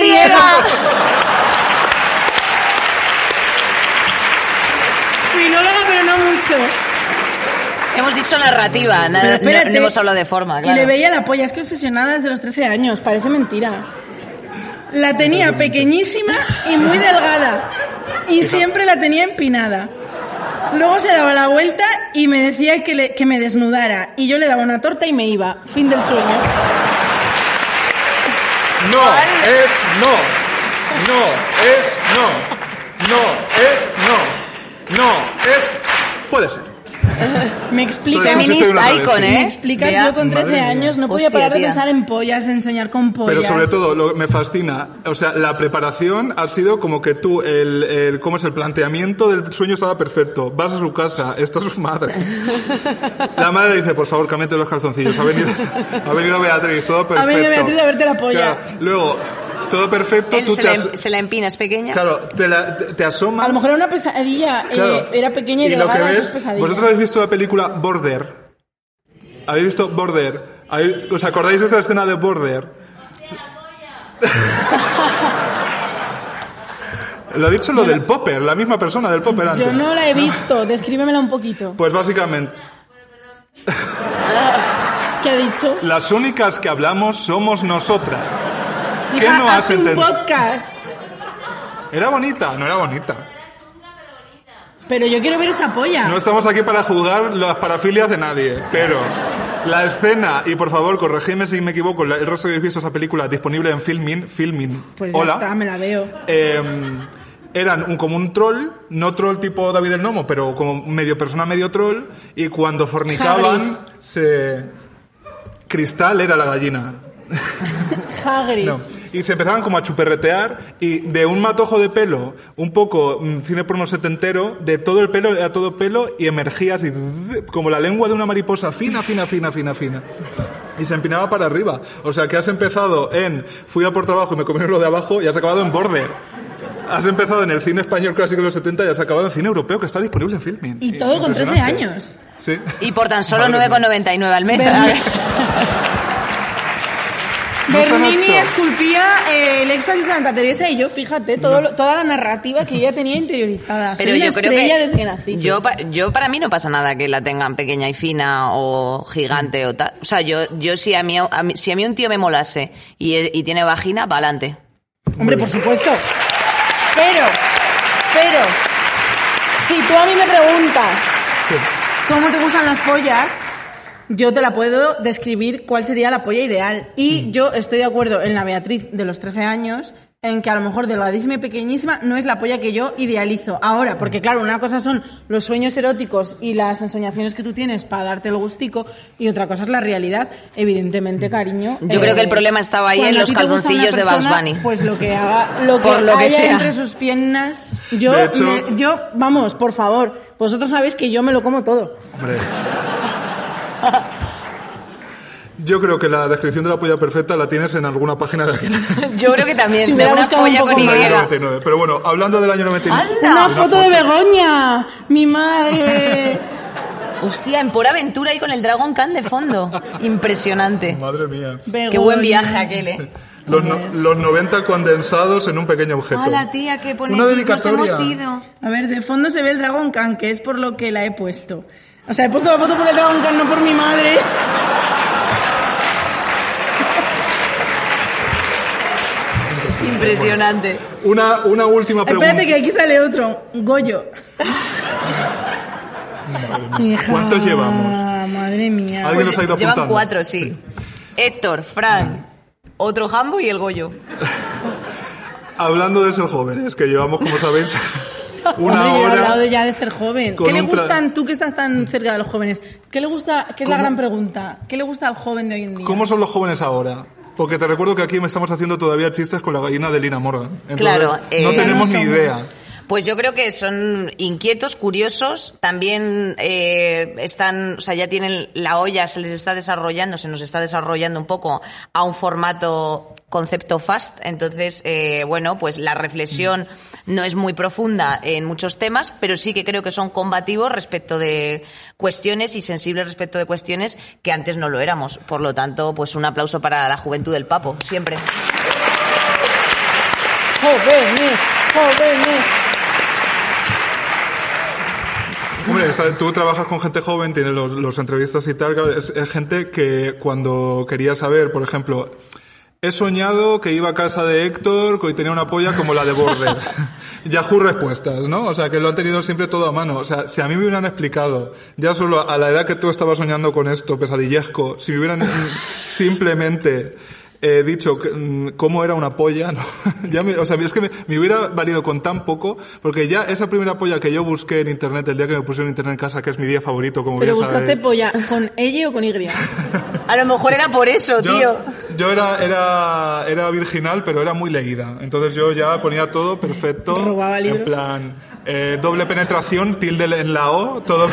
D: Finóloga, pero no mucho.
E: Hemos dicho narrativa, nada-
D: Pero
E: no,
D: espérate.
E: no hemos hablado de forma,
D: Y le
E: claro.
D: veía la polla, es que obsesionada desde los 13 años, parece mentira. La tenía pequeñísima y
E: [LAUGHS]
D: muy delgada. Y siempre la tenía empinada. Luego se daba la vuelta y me decía que, le- que me desnudara. Y yo le daba una torta y me iba. Fin del sueño.
C: No, es no. No, es no. No, es no. No, es. Puede ser.
D: Me explicas.
C: Soy- soy
E: Feminist
C: una
E: icon,
C: travesti.
E: ¿eh?
D: Me explicas,
E: Vea,
D: yo con 13
C: madre mía.
D: años no podía
E: Hostia,
D: parar de
E: tía.
D: pensar en pollas, en soñar con pollas.
C: Pero sobre todo, lo que me fascina, o sea, la preparación ha sido como que tú, el, el- ¿cómo es? El planteamiento del sueño estaba perfecto. Vas a su casa, está su
D: [LAUGHS]
C: madre. La madre le dice, por favor, cámbiate los calzoncillos. Ha venido, ha venido Beatriz, todo perfecto.
D: Ha venido Beatriz a verte la polla.
C: Claro, luego, todo perfecto,
E: Él
C: tú
E: se,
C: te,
E: la,
C: as-
E: em- se la empina, es pequeña.
C: claro, te, la- te- te asomas.
D: A lo mejor era una pesadilla, eh,
C: Claro.
D: era pequeña y,
C: lo que
D: delgada, eso es
C: ves,
D: pesadilla.
C: vosotros habéis visto la película Border. ¿Habéis visto Border? ¿Habéis- ¿Os acordáis de esa escena de
D: [LAUGHS]
C: Border? lo ha dicho lo del Popper, la misma persona del Popper antes.
D: Yo no la he visto, descríbemela un poquito.
C: Pues básicamente,
D: ¿Qué ha dicho?
C: las únicas que hablamos somos nosotras. ¿Qué
D: Hija,
C: no has
D: hace un
C: entendido?
D: podcast.
C: Era bonita, no era bonita.
D: Pero yo quiero ver esa polla.
C: No estamos aquí para juzgar las parafilias de nadie, pero la escena, y por favor, corregidme si me equivoco, la- el resto habéis visto esa película disponible en Filmin, Filmin,
D: Pues ya
C: hola,
D: está, me la veo.
C: eh, eran un, como un troll, no troll tipo David el Nomo, pero como medio persona, medio troll, y cuando fornicaban,
D: Hagrid.
C: se... Cristal era la gallina,
D: Hagrid.
C: no. Y se empezaban como a chuperretear y de un matojo de pelo, un poco mm, cine porno setentero, de todo el pelo a todo pelo y emergía así, zzz, como la lengua de una mariposa fina, fina, fina, fina, fina. Y se empinaba para arriba. O sea que has empezado en fui a por trabajo y me comieron lo de abajo y has acabado en border. Has empezado en el cine español clásico de los 70 y has acabado en cine europeo que está disponible en Filmin.
D: Y todo con 13
C: Impresionante.
D: años.
C: Sí.
E: Y por tan solo
C: Madre mía.
E: 9,99 al mes.
D: Verme-
E: ¿sabes?
C: No sé
D: Bernini
C: Nacho.
D: esculpía eh, el éxtasis de Santa Teresa y yo, fíjate, todo lo- toda la narrativa que ella tenía interiorizada. Soy
E: Pero
D: una
E: yo creo
D: estrella
E: que
D: desde que nací.
E: yo, pa- yo para mí no pasa nada que la tengan pequeña y fina o gigante o tal. O sea, yo, yo si, a mí, a mí- si a mí un tío me molase y, y tiene vagina, va adelante.
D: Hombre, por supuesto. Pero, pero, si tú a mí me preguntas cómo te gustan las pollas, yo te la puedo describir cuál sería la polla ideal. Y yo estoy de acuerdo en la Beatriz de los 13 años en que a lo mejor delgadísima y pequeñísima no es la polla que yo idealizo ahora, porque claro, una cosa son los sueños eróticos y las ensoñaciones que tú tienes para darte el gustico y otra cosa es la realidad, evidentemente, cariño. eh,
E: Yo creo que el problema estaba ahí en
D: cuando a
E: los
D: ti te gusta una
E: calzoncillos de Bugs
D: persona,
E: Bunny.
D: Pues lo que haga, lo que,
E: Por lo que
D: haya
E: sea.
D: entre sus piernas, yo,
C: De hecho-
D: me- yo, vamos, por favor, vosotros sabéis que yo me lo como todo.
C: Hombre. Yo creo que la descripción de la polla perfecta la tienes en alguna página
D: [LAUGHS]
C: de aquí.
E: Yo creo que también.
D: Si
E: de
D: hubiera
E: una
D: buscado un
E: polla
D: poco
E: con
D: más.
E: Y.
C: 99. Pero bueno, hablando del año 99.
E: ¡Hala!
D: Una,
E: Una
D: foto, de Begoña, mi
E: [LAUGHS]
D: madre.
E: Hostia, en pura aventura y con el Dragon Khan de [LAUGHS] fondo. Impresionante.
C: Madre mía.
E: Qué buen viaje aquel, ¿eh?
C: Los, no-
D: Pues.
C: los 90 condensados en un pequeño objeto.
E: Hola, tía, que pone
C: Una
E: "Nos
C: dedicatoria.
E: hemos ido".
D: A ver, de fondo se ve el Dragon Khan, que es por lo que la he puesto. O sea, he puesto la foto por el Dragon Khan, no por mi madre.
E: Impresionante.
C: Una, una última pregunta.
D: Espérate que aquí sale otro, Goyo. Hija,
C: ¿Cuántos llevamos?
D: Ah, Madre mía.
C: Alguien nos ha ido apuntando.
E: Llevan cuatro, sí. Héctor, Fran, otro Jambo y el Goyo.
C: Hablando de ser jóvenes, que llevamos, como
D: [LAUGHS]
C: sabéis, una
D: Hombre, yo he
C: hora.
D: hablado ya de ser joven.
C: con
D: ¿Qué le
C: un tra-
D: gustan, tú que estás tan cerca de los jóvenes, qué le gusta, que es la
C: ¿Cómo?
D: gran pregunta, qué le gusta al joven de hoy en día?
C: ¿Cómo son los jóvenes ahora? Porque te recuerdo que aquí me estamos haciendo todavía chistes con la gallina de Lina Morgan. Entonces,
E: Claro, eh,
C: no
E: ya no
C: tenemos ni
D: somos.
C: idea.
E: Pues yo creo que son inquietos, curiosos, también eh, están, o sea, ya tienen la olla, se les está desarrollando, se nos está desarrollando un poco a un formato concepto fast, entonces, eh, bueno, pues la reflexión no es muy profunda en muchos temas, pero sí que creo que son combativos respecto de cuestiones y sensibles respecto de cuestiones que antes no lo éramos. Por lo tanto, pues un aplauso para la juventud del papo, siempre.
D: Jóvenes, jóvenes.
C: Hombre, está- tú trabajas con gente joven, tienes los, los entrevistas y tal. claro, Es, es gente que cuando quería saber, por ejemplo, he soñado que iba a casa de Héctor y tenía una polla como la de Border. Yahoo respuestas, ¿no? O sea, que lo han tenido siempre todo a mano. O sea, si a mí me hubieran explicado, ya solo a la edad que tú estabas soñando con esto, pesadillesco, si me hubieran [LAUGHS] simplemente eh, dicho que, mm, cómo era una polla, ¿no? [LAUGHS] ya me- o sea, es que me, me hubiera valido con tan poco, porque ya esa primera polla que yo busqué en internet el día que me pusieron internet en casa, que es mi día favorito, como
D: Pero
C: bien
D: buscaste
C: sabéis.
D: polla con ella o con
C: [LAUGHS]
D: Y.
E: A lo mejor era por eso, tío.
C: Yo, yo era, era, era virginal, pero era muy leída. Entonces yo ya ponía todo perfecto.
D: Robaba libros.
C: En plan, eh, doble penetración, tilde en la O,
D: [LAUGHS]
C: todo.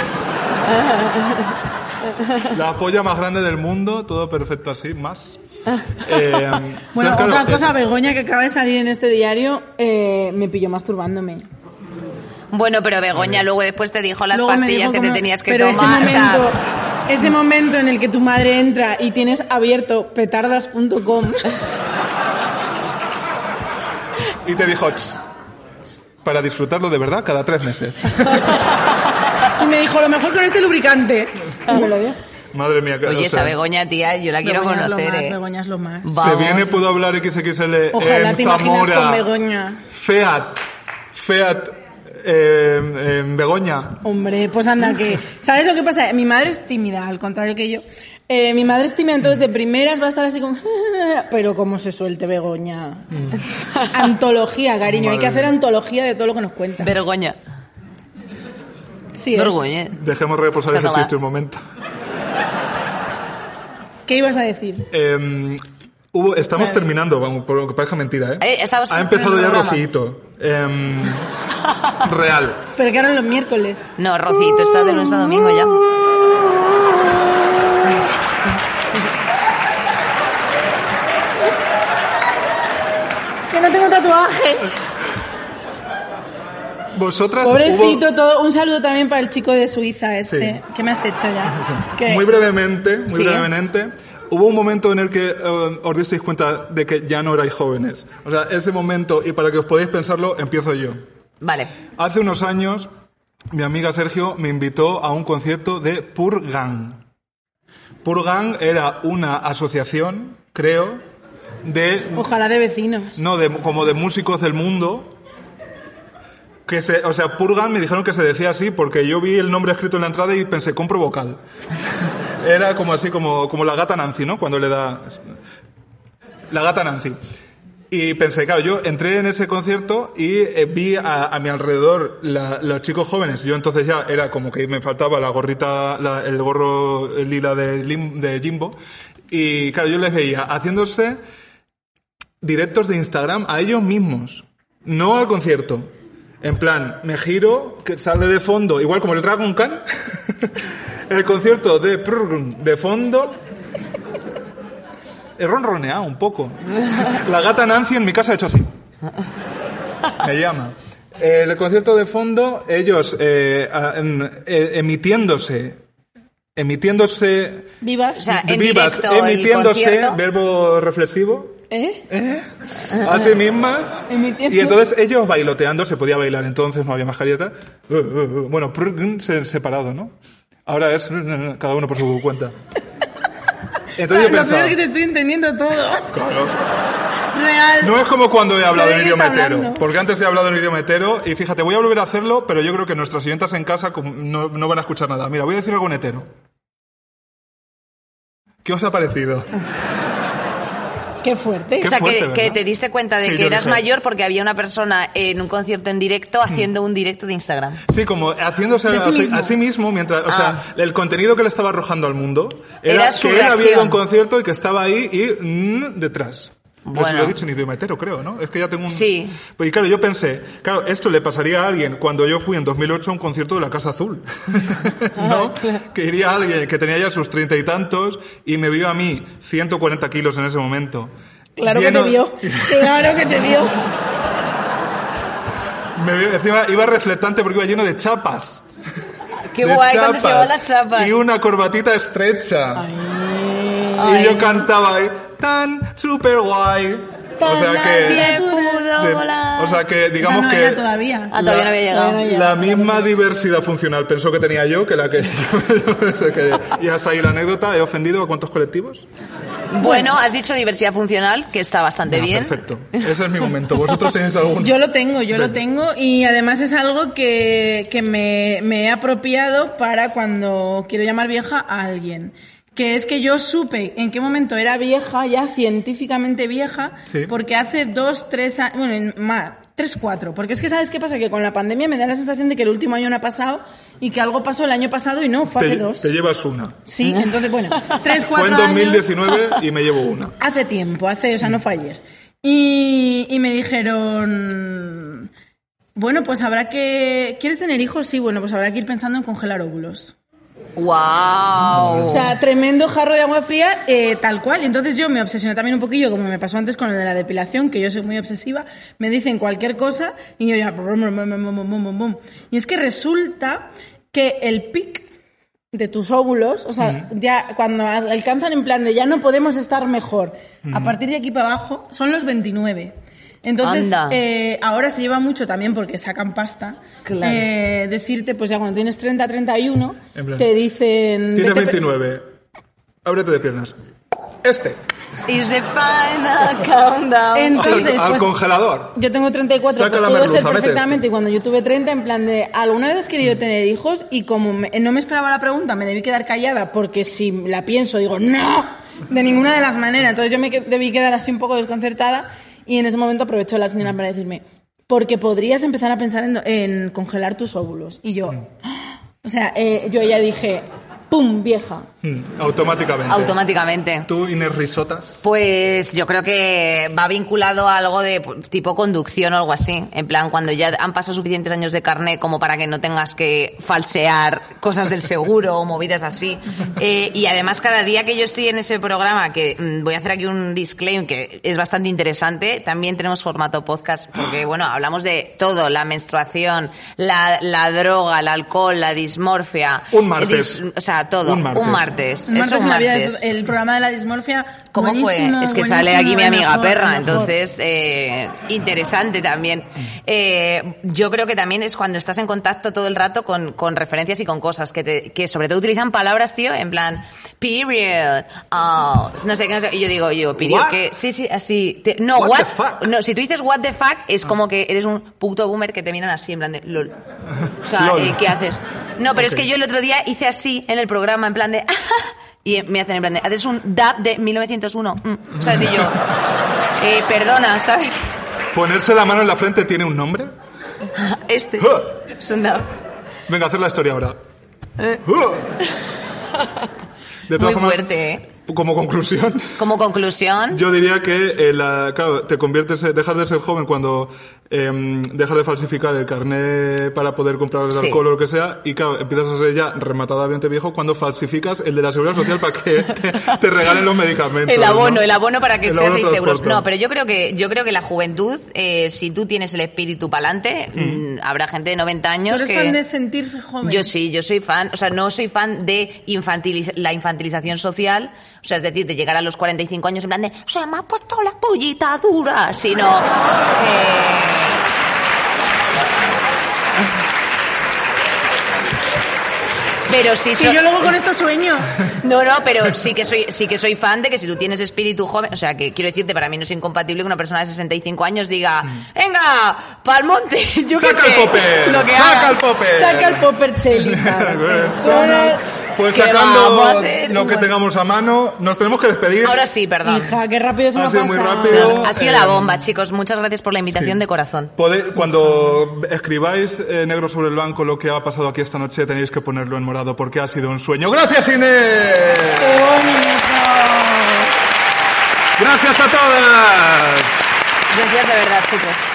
C: la polla más grande del mundo, todo perfecto así,
D: [LAUGHS]
C: más. Eh,
D: Bueno,
C: entonces, claro,
D: otra cosa,
C: es-
D: Begoña, que acaba de salir en este diario, eh, me pilló masturbándome.
E: Bueno, pero Begoña luego después te dijo las
D: Luego me dijo
E: pastillas que te
D: como-
E: tenías que
D: pero
E: tomar. o
D: Ese
E: sea,
D: momento, ese momento en el que tu madre entra y tienes abierto
E: [LAUGHS]
D: petardas.com.
C: Y te dijo, "Tss, para disfrutarlo de verdad cada tres
D: [LAUGHS]
C: meses.
D: Y me dijo, lo mejor con este lubricante. Y me lo dio.
C: Madre mía, que-
E: Oye,
C: o sea,
E: esa Begoña, tía, yo la Ah. quiero
D: Begoña es lo
E: conocer.
D: más,
E: eh.
D: Begoña es lo más.
C: Se
E: Vamos.
C: viene, puedo hablar XXL
D: Ojalá
C: en
D: te imaginas
C: Zamora.
D: con Begoña.
C: Fiat. Fiat. eh, eh, Begoña.
D: Hombre, pues anda que... ¿Sabes lo que pasa? Mi madre es tímida, al contrario que yo. Eh, mi madre es tímida, entonces de primeras va a estar así como... [LAUGHS] Pero cómo se suelte Begoña. antología, cariño. Hay
C: Mm. Madre
D: que hacer
C: mía.
D: antología de todo lo que nos cuenta.
E: Vergoña.
D: Sí es.
E: Vergoña.
C: Dejemos reposar ese
E: Escatolá.
C: chiste un momento.
D: ¿Qué ibas a decir?
C: Eh, hubo, estamos terminando, vamos, por lo que parezca mentira, ¿eh?
E: Eh, estamos
C: ha empezado
E: terminando
C: ya
E: el programa.
C: Rocito. real.
D: Pero que ahora los miércoles.
E: No, Rocito, está de lunes a domingo ya.
D: Que no tengo tatuaje.
C: Vosotras.
D: Pobrecito,
C: hubo-
D: todo. Un saludo también para el chico de Suiza este.
C: Sí.
D: que me has hecho ya? Que-
C: muy brevemente, muy
E: Sí.
C: brevemente. hubo un momento en el que eh, os disteis cuenta de que ya no erais jóvenes. O sea, ese momento, y para que os podáis pensarlo, empiezo yo.
E: Vale.
C: Hace unos años, mi amiga Sergio me invitó a un concierto de Purgan. Purgan era una asociación, creo, de
D: Ojalá de vecinos.
C: no, de, como de músicos del mundo. Que se, o sea, Purgan me dijeron que se decía así porque yo vi el nombre escrito en la entrada y pensé, compro vocal. [LAUGHS] Era como así, como, como la gata Nancy, ¿no? Cuando le da... La gata Nancy. Y pensé, claro, yo entré en ese concierto y eh, vi a, a mi alrededor la- los chicos jóvenes. Yo entonces ya era como que me faltaba la gorrita, la- el gorro lila de, Lim- de Jimbo. Y claro, yo les veía haciéndose directos de Instagram a ellos mismos, no al concierto. En plan, me giro, que sale de fondo, igual como el Dragon Khan, [LAUGHS] el concierto de Prrrrum de fondo. He ronroneado un
E: [LAUGHS]
C: poco. La gata Nancy en mi casa ha hecho así. Me llama. El concierto de fondo, ellos eh, a- en- eh, emitiéndose, emitiéndose,
D: Vivas.
E: O sea, en
C: vivas,
E: directo el
C: emitiéndose,
E: concierto.
C: verbo reflexivo,
D: ¿Eh?
C: a sí
D: [LAUGHS]
C: mismas.
D: Emitiendo.
C: Y entonces ellos bailoteando, se podía bailar entonces, no había mascareta. Uh, uh, uh. Bueno, prr, se- separado, ¿no? Ahora es uh, cada uno por su
D: [LAUGHS]
C: cuenta. Entonces yo
D: Lo peor
C: pensaba,
D: es que te estoy entendiendo todo.
C: claro,
D: Real.
C: no es como cuando he hablado
D: Sé de
C: en
D: qué
C: idioma
D: está
C: hetero,
D: hablando.
C: porque antes he hablado en idioma hetero y fíjate, voy a volver a hacerlo, pero yo creo que nuestras oyentes en casa como no, no van a escuchar nada. Mira, voy a decir algo en hetero. ¿Qué os ha parecido?
D: Qué fuerte.
C: Qué
E: o sea,
C: fuerte,
E: que, que
C: ¿verdad?
E: te diste cuenta de
C: Sí,
E: que
C: yo
E: eras
C: dije-
E: mayor porque había una persona en un concierto en directo
C: Hmm.
E: haciendo un directo de Instagram.
C: Sí, como haciéndose
D: De sí
C: a, sí
D: mismo. Ah.
C: a sí mismo, mientras, o sea, el contenido que le estaba arrojando al mundo era,
E: Era su
C: que él había ido a
E: reacción.
C: un concierto y que estaba ahí y mm, detrás. Pues
E: Bueno.
C: lo he dicho en idioma hetero, creo, ¿no? Es que ya tengo un...
E: Sí.
C: Pues, y claro, yo pensé, claro, esto le pasaría a alguien cuando yo fui en 2008 a un concierto de la Casa Azul, [LAUGHS]
D: Ah,
C: ¿no? que iría alguien que tenía ya sus treinta y tantos y me vio a mí 140 kilos en ese momento.
D: Claro
C: lleno-
D: que te vio. Claro que te vio.
C: Me vio, encima iba reflectante porque iba lleno de chapas.
E: Qué
C: de
E: guay cuando se llevaban las chapas.
C: Y una corbatita estrecha.
E: Ay.
C: Y yo cantaba ahí, tan super guay. O sea que.
D: nadie pudo
C: sí,
D: volar.
C: o sea que, [LAUGHS] digamos
D: Esa no
C: que.
D: era todavía.
E: Ah, todavía no había llegado.
D: Todavía no
C: La misma diversidad funcional pensó que tenía yo que la que. [LAUGHS] o sea que- y hasta ahí la anécdota. ¿He ofendido a cuántos colectivos?
E: Bueno, has dicho diversidad funcional, que está bastante
C: Ah,
E: bien.
C: Perfecto. Ese es mi momento. ¿Vosotros tenéis alguno?
D: Yo lo tengo, yo lo
C: Venga.
D: tengo y además es algo que, que me, me he apropiado para cuando quiero llamar vieja a alguien. Que es que yo supe en qué momento era vieja, ya científicamente vieja,
C: Sí.
D: porque hace dos, tres años, bueno, en- más, tres, cuatro. Porque es que, ¿sabes qué pasa? Que con la pandemia me da la sensación de que el último año no ha pasado y que algo pasó el año pasado y no, fue hace
C: te,
D: dos.
C: te llevas una.
D: Sí,
C: [LAUGHS]
D: entonces, bueno, tres,
C: Fue
D: cuatro
C: en
D: años.
C: 2019 y me llevo una.
D: Hace tiempo, hace, o sea, no fue ayer. Y, y me dijeron, bueno, pues habrá que... ¿Quieres tener hijos? Sí, bueno, pues habrá que ir pensando en congelar óvulos.
E: ¡Wow!
D: O sea, tremendo jarro de agua fría, eh, tal cual. Y entonces yo me obsesioné también un poquillo, como me pasó antes con lo de la depilación, que yo soy muy obsesiva. Me dicen cualquier cosa y yo ya... brum, brum, brum, brum, brum, brum, brum. Y es que resulta que el pic de tus óvulos, o sea, ya cuando al- alcanzan en plan de ya no podemos estar mejor, a partir de aquí para abajo son los 29. Entonces,
E: Anda.
D: eh, ahora se lleva mucho también porque sacan pasta.
E: Claro.
D: eh, decirte, pues ya cuando tienes 30, 31,
C: En plan,
D: te dicen...
C: Tienes
D: [LAUGHS] vete pe-
C: 29. Ábrete de piernas. Este.
E: Is the final countdown.
D: Entonces,
C: al, al
D: pues,
C: congelador.
D: Yo tengo 34,
C: Saca
D: pues
C: la
D: puedo
C: merluza,
D: ser
C: vete.
D: perfectamente. Y cuando yo tuve 30, en plan de, alguna vez has querido tener hijos y como me- no me esperaba la pregunta, me debí quedar callada porque si la pienso digo, no, de ninguna de las maneras. Entonces yo me que- debí quedar así un poco desconcertada y en ese momento aprovechó la señora para decirme, porque podrías empezar a pensar en, en congelar tus óvulos. Y yo, [GASPS] "Ah". o sea, eh, yo ya dije, ¡pum, vieja!
C: Mm, automáticamente.
E: Automáticamente.
C: Tú, Inés Risotas.
E: Pues yo creo que va vinculado a algo de pu- tipo conducción o algo así. En plan, cuando ya han pasado suficientes años de carne como para que no tengas que falsear cosas del seguro o movidas así. Eh, y además, cada día que yo estoy en ese programa, que mm, voy a hacer aquí un disclaim que es bastante interesante, también tenemos formato podcast, porque bueno, hablamos de todo: la menstruación, la, la droga, el alcohol, la dismorfia.
C: Un
E: el
C: martes.
E: dis- o sea, todo.
C: Un martes.
E: martes.
D: Martes
E: es un
D: en la vida,
E: martes.
D: el programa de la dismorfia.
E: ¿Cómo fue?
D: buenísimo,
E: Es que sale
D: buenísimo,
E: aquí mi
D: lo
E: amiga
D: mejor, lo
E: perra,
D: mejor.
E: entonces eh, interesante también. Eh, yo creo que también es cuando estás en contacto todo el rato con, con referencias y con cosas que, te- que sobre todo utilizan palabras, tío, en plan period, oh, no sé qué, no sé. qué. Y yo digo, yo period,
G: What?
E: que sí, sí, así, te- no
G: What
E: what,
G: the fuck? Ah.
E: no, si tú dices what the fuck es como que eres un puto boomer que te miran así en plan de lol. O sea,
C: Lol.
E: eh, ¿qué haces? No, pero es
C: Ok.
E: que yo el otro día hice así en el programa, en plan de. [LAUGHS] y me hacen en plan de. Haces un dab de 1901. mm,
C: [LAUGHS]
E: ¿Sabes? Y yo. eh, perdona, ¿sabes?
C: ¿Ponerse la mano en la frente tiene un nombre?
E: [LAUGHS] Este.
C: ¡Huh!
E: Es un dab.
C: Venga, hacer la historia ahora.
E: [LAUGHS]
C: ¡Huh! De
E: Muy fuerte, ¿eh?
C: como conclusión, [LAUGHS]
E: Como conclusión.
C: yo diría que eh, la- claro, te conviertes, eh, dejas de ser joven cuando em, dejas de falsificar el carnet para poder comprar el
E: Sí.
C: alcohol o lo que sea, y claro, empiezas a ser ya rematadamente viejo cuando falsificas el de la seguridad social para que [LAUGHS] te, te regalen los medicamentos.
E: El abono,
C: ¿no?
E: el abono para que
C: El
E: esté a
C: abono
E: 6 euros.
C: transporta.
E: No, pero yo creo que, yo creo que la juventud, eh, si tú tienes el espíritu pa'lante, mm, habrá gente de 90
D: Tú
E: años
D: eres
E: que.
D: fan de sentirse joven.
E: Yo sí, yo soy fan, o sea, no soy fan de infantiliz- la infantilización social, o sea, es decir, de llegar a los 45 años en plan de, se me ha puesto la pollita dura, sino... eh, Pero sí
D: Que
E: soy-
D: yo luego con esto sueño.
E: no, no, pero sí que soy sí que soy fan de que si tú tienes espíritu joven, o sea, que quiero decirte, para mí no es incompatible que una persona de 65 años diga, venga, pa'l monte, [LAUGHS] yo qué
C: Mm. Saca
E: sé,
C: el popper,
E: lo que
C: [LAUGHS] saca
E: haga.
C: el popper.
D: Saca el popper chelly.
C: [LAUGHS] Persona. Pues
E: ¿Qué vamos a
C: sacando
E: hacer?
C: lo que
E: Bueno.
C: tengamos a mano, nos tenemos que despedir.
E: Ahora sí, perdón.
D: Hija, qué rápido se
C: Ha
D: me
C: sido
D: pasa.
C: muy
E: Sí,
C: rápido.
E: ha sido
C: eh,
E: la bomba, chicos. Muchas gracias por la invitación
C: sí.
E: de corazón.
C: Pode- cuando escribáis eh, negro sobre el banco lo que ha pasado aquí esta noche, tenéis que ponerlo en morado porque ha sido un sueño. ¡Gracias, Inés!
D: Qué bonito.
C: ¡Gracias a todas!
E: Gracias de verdad, chicos.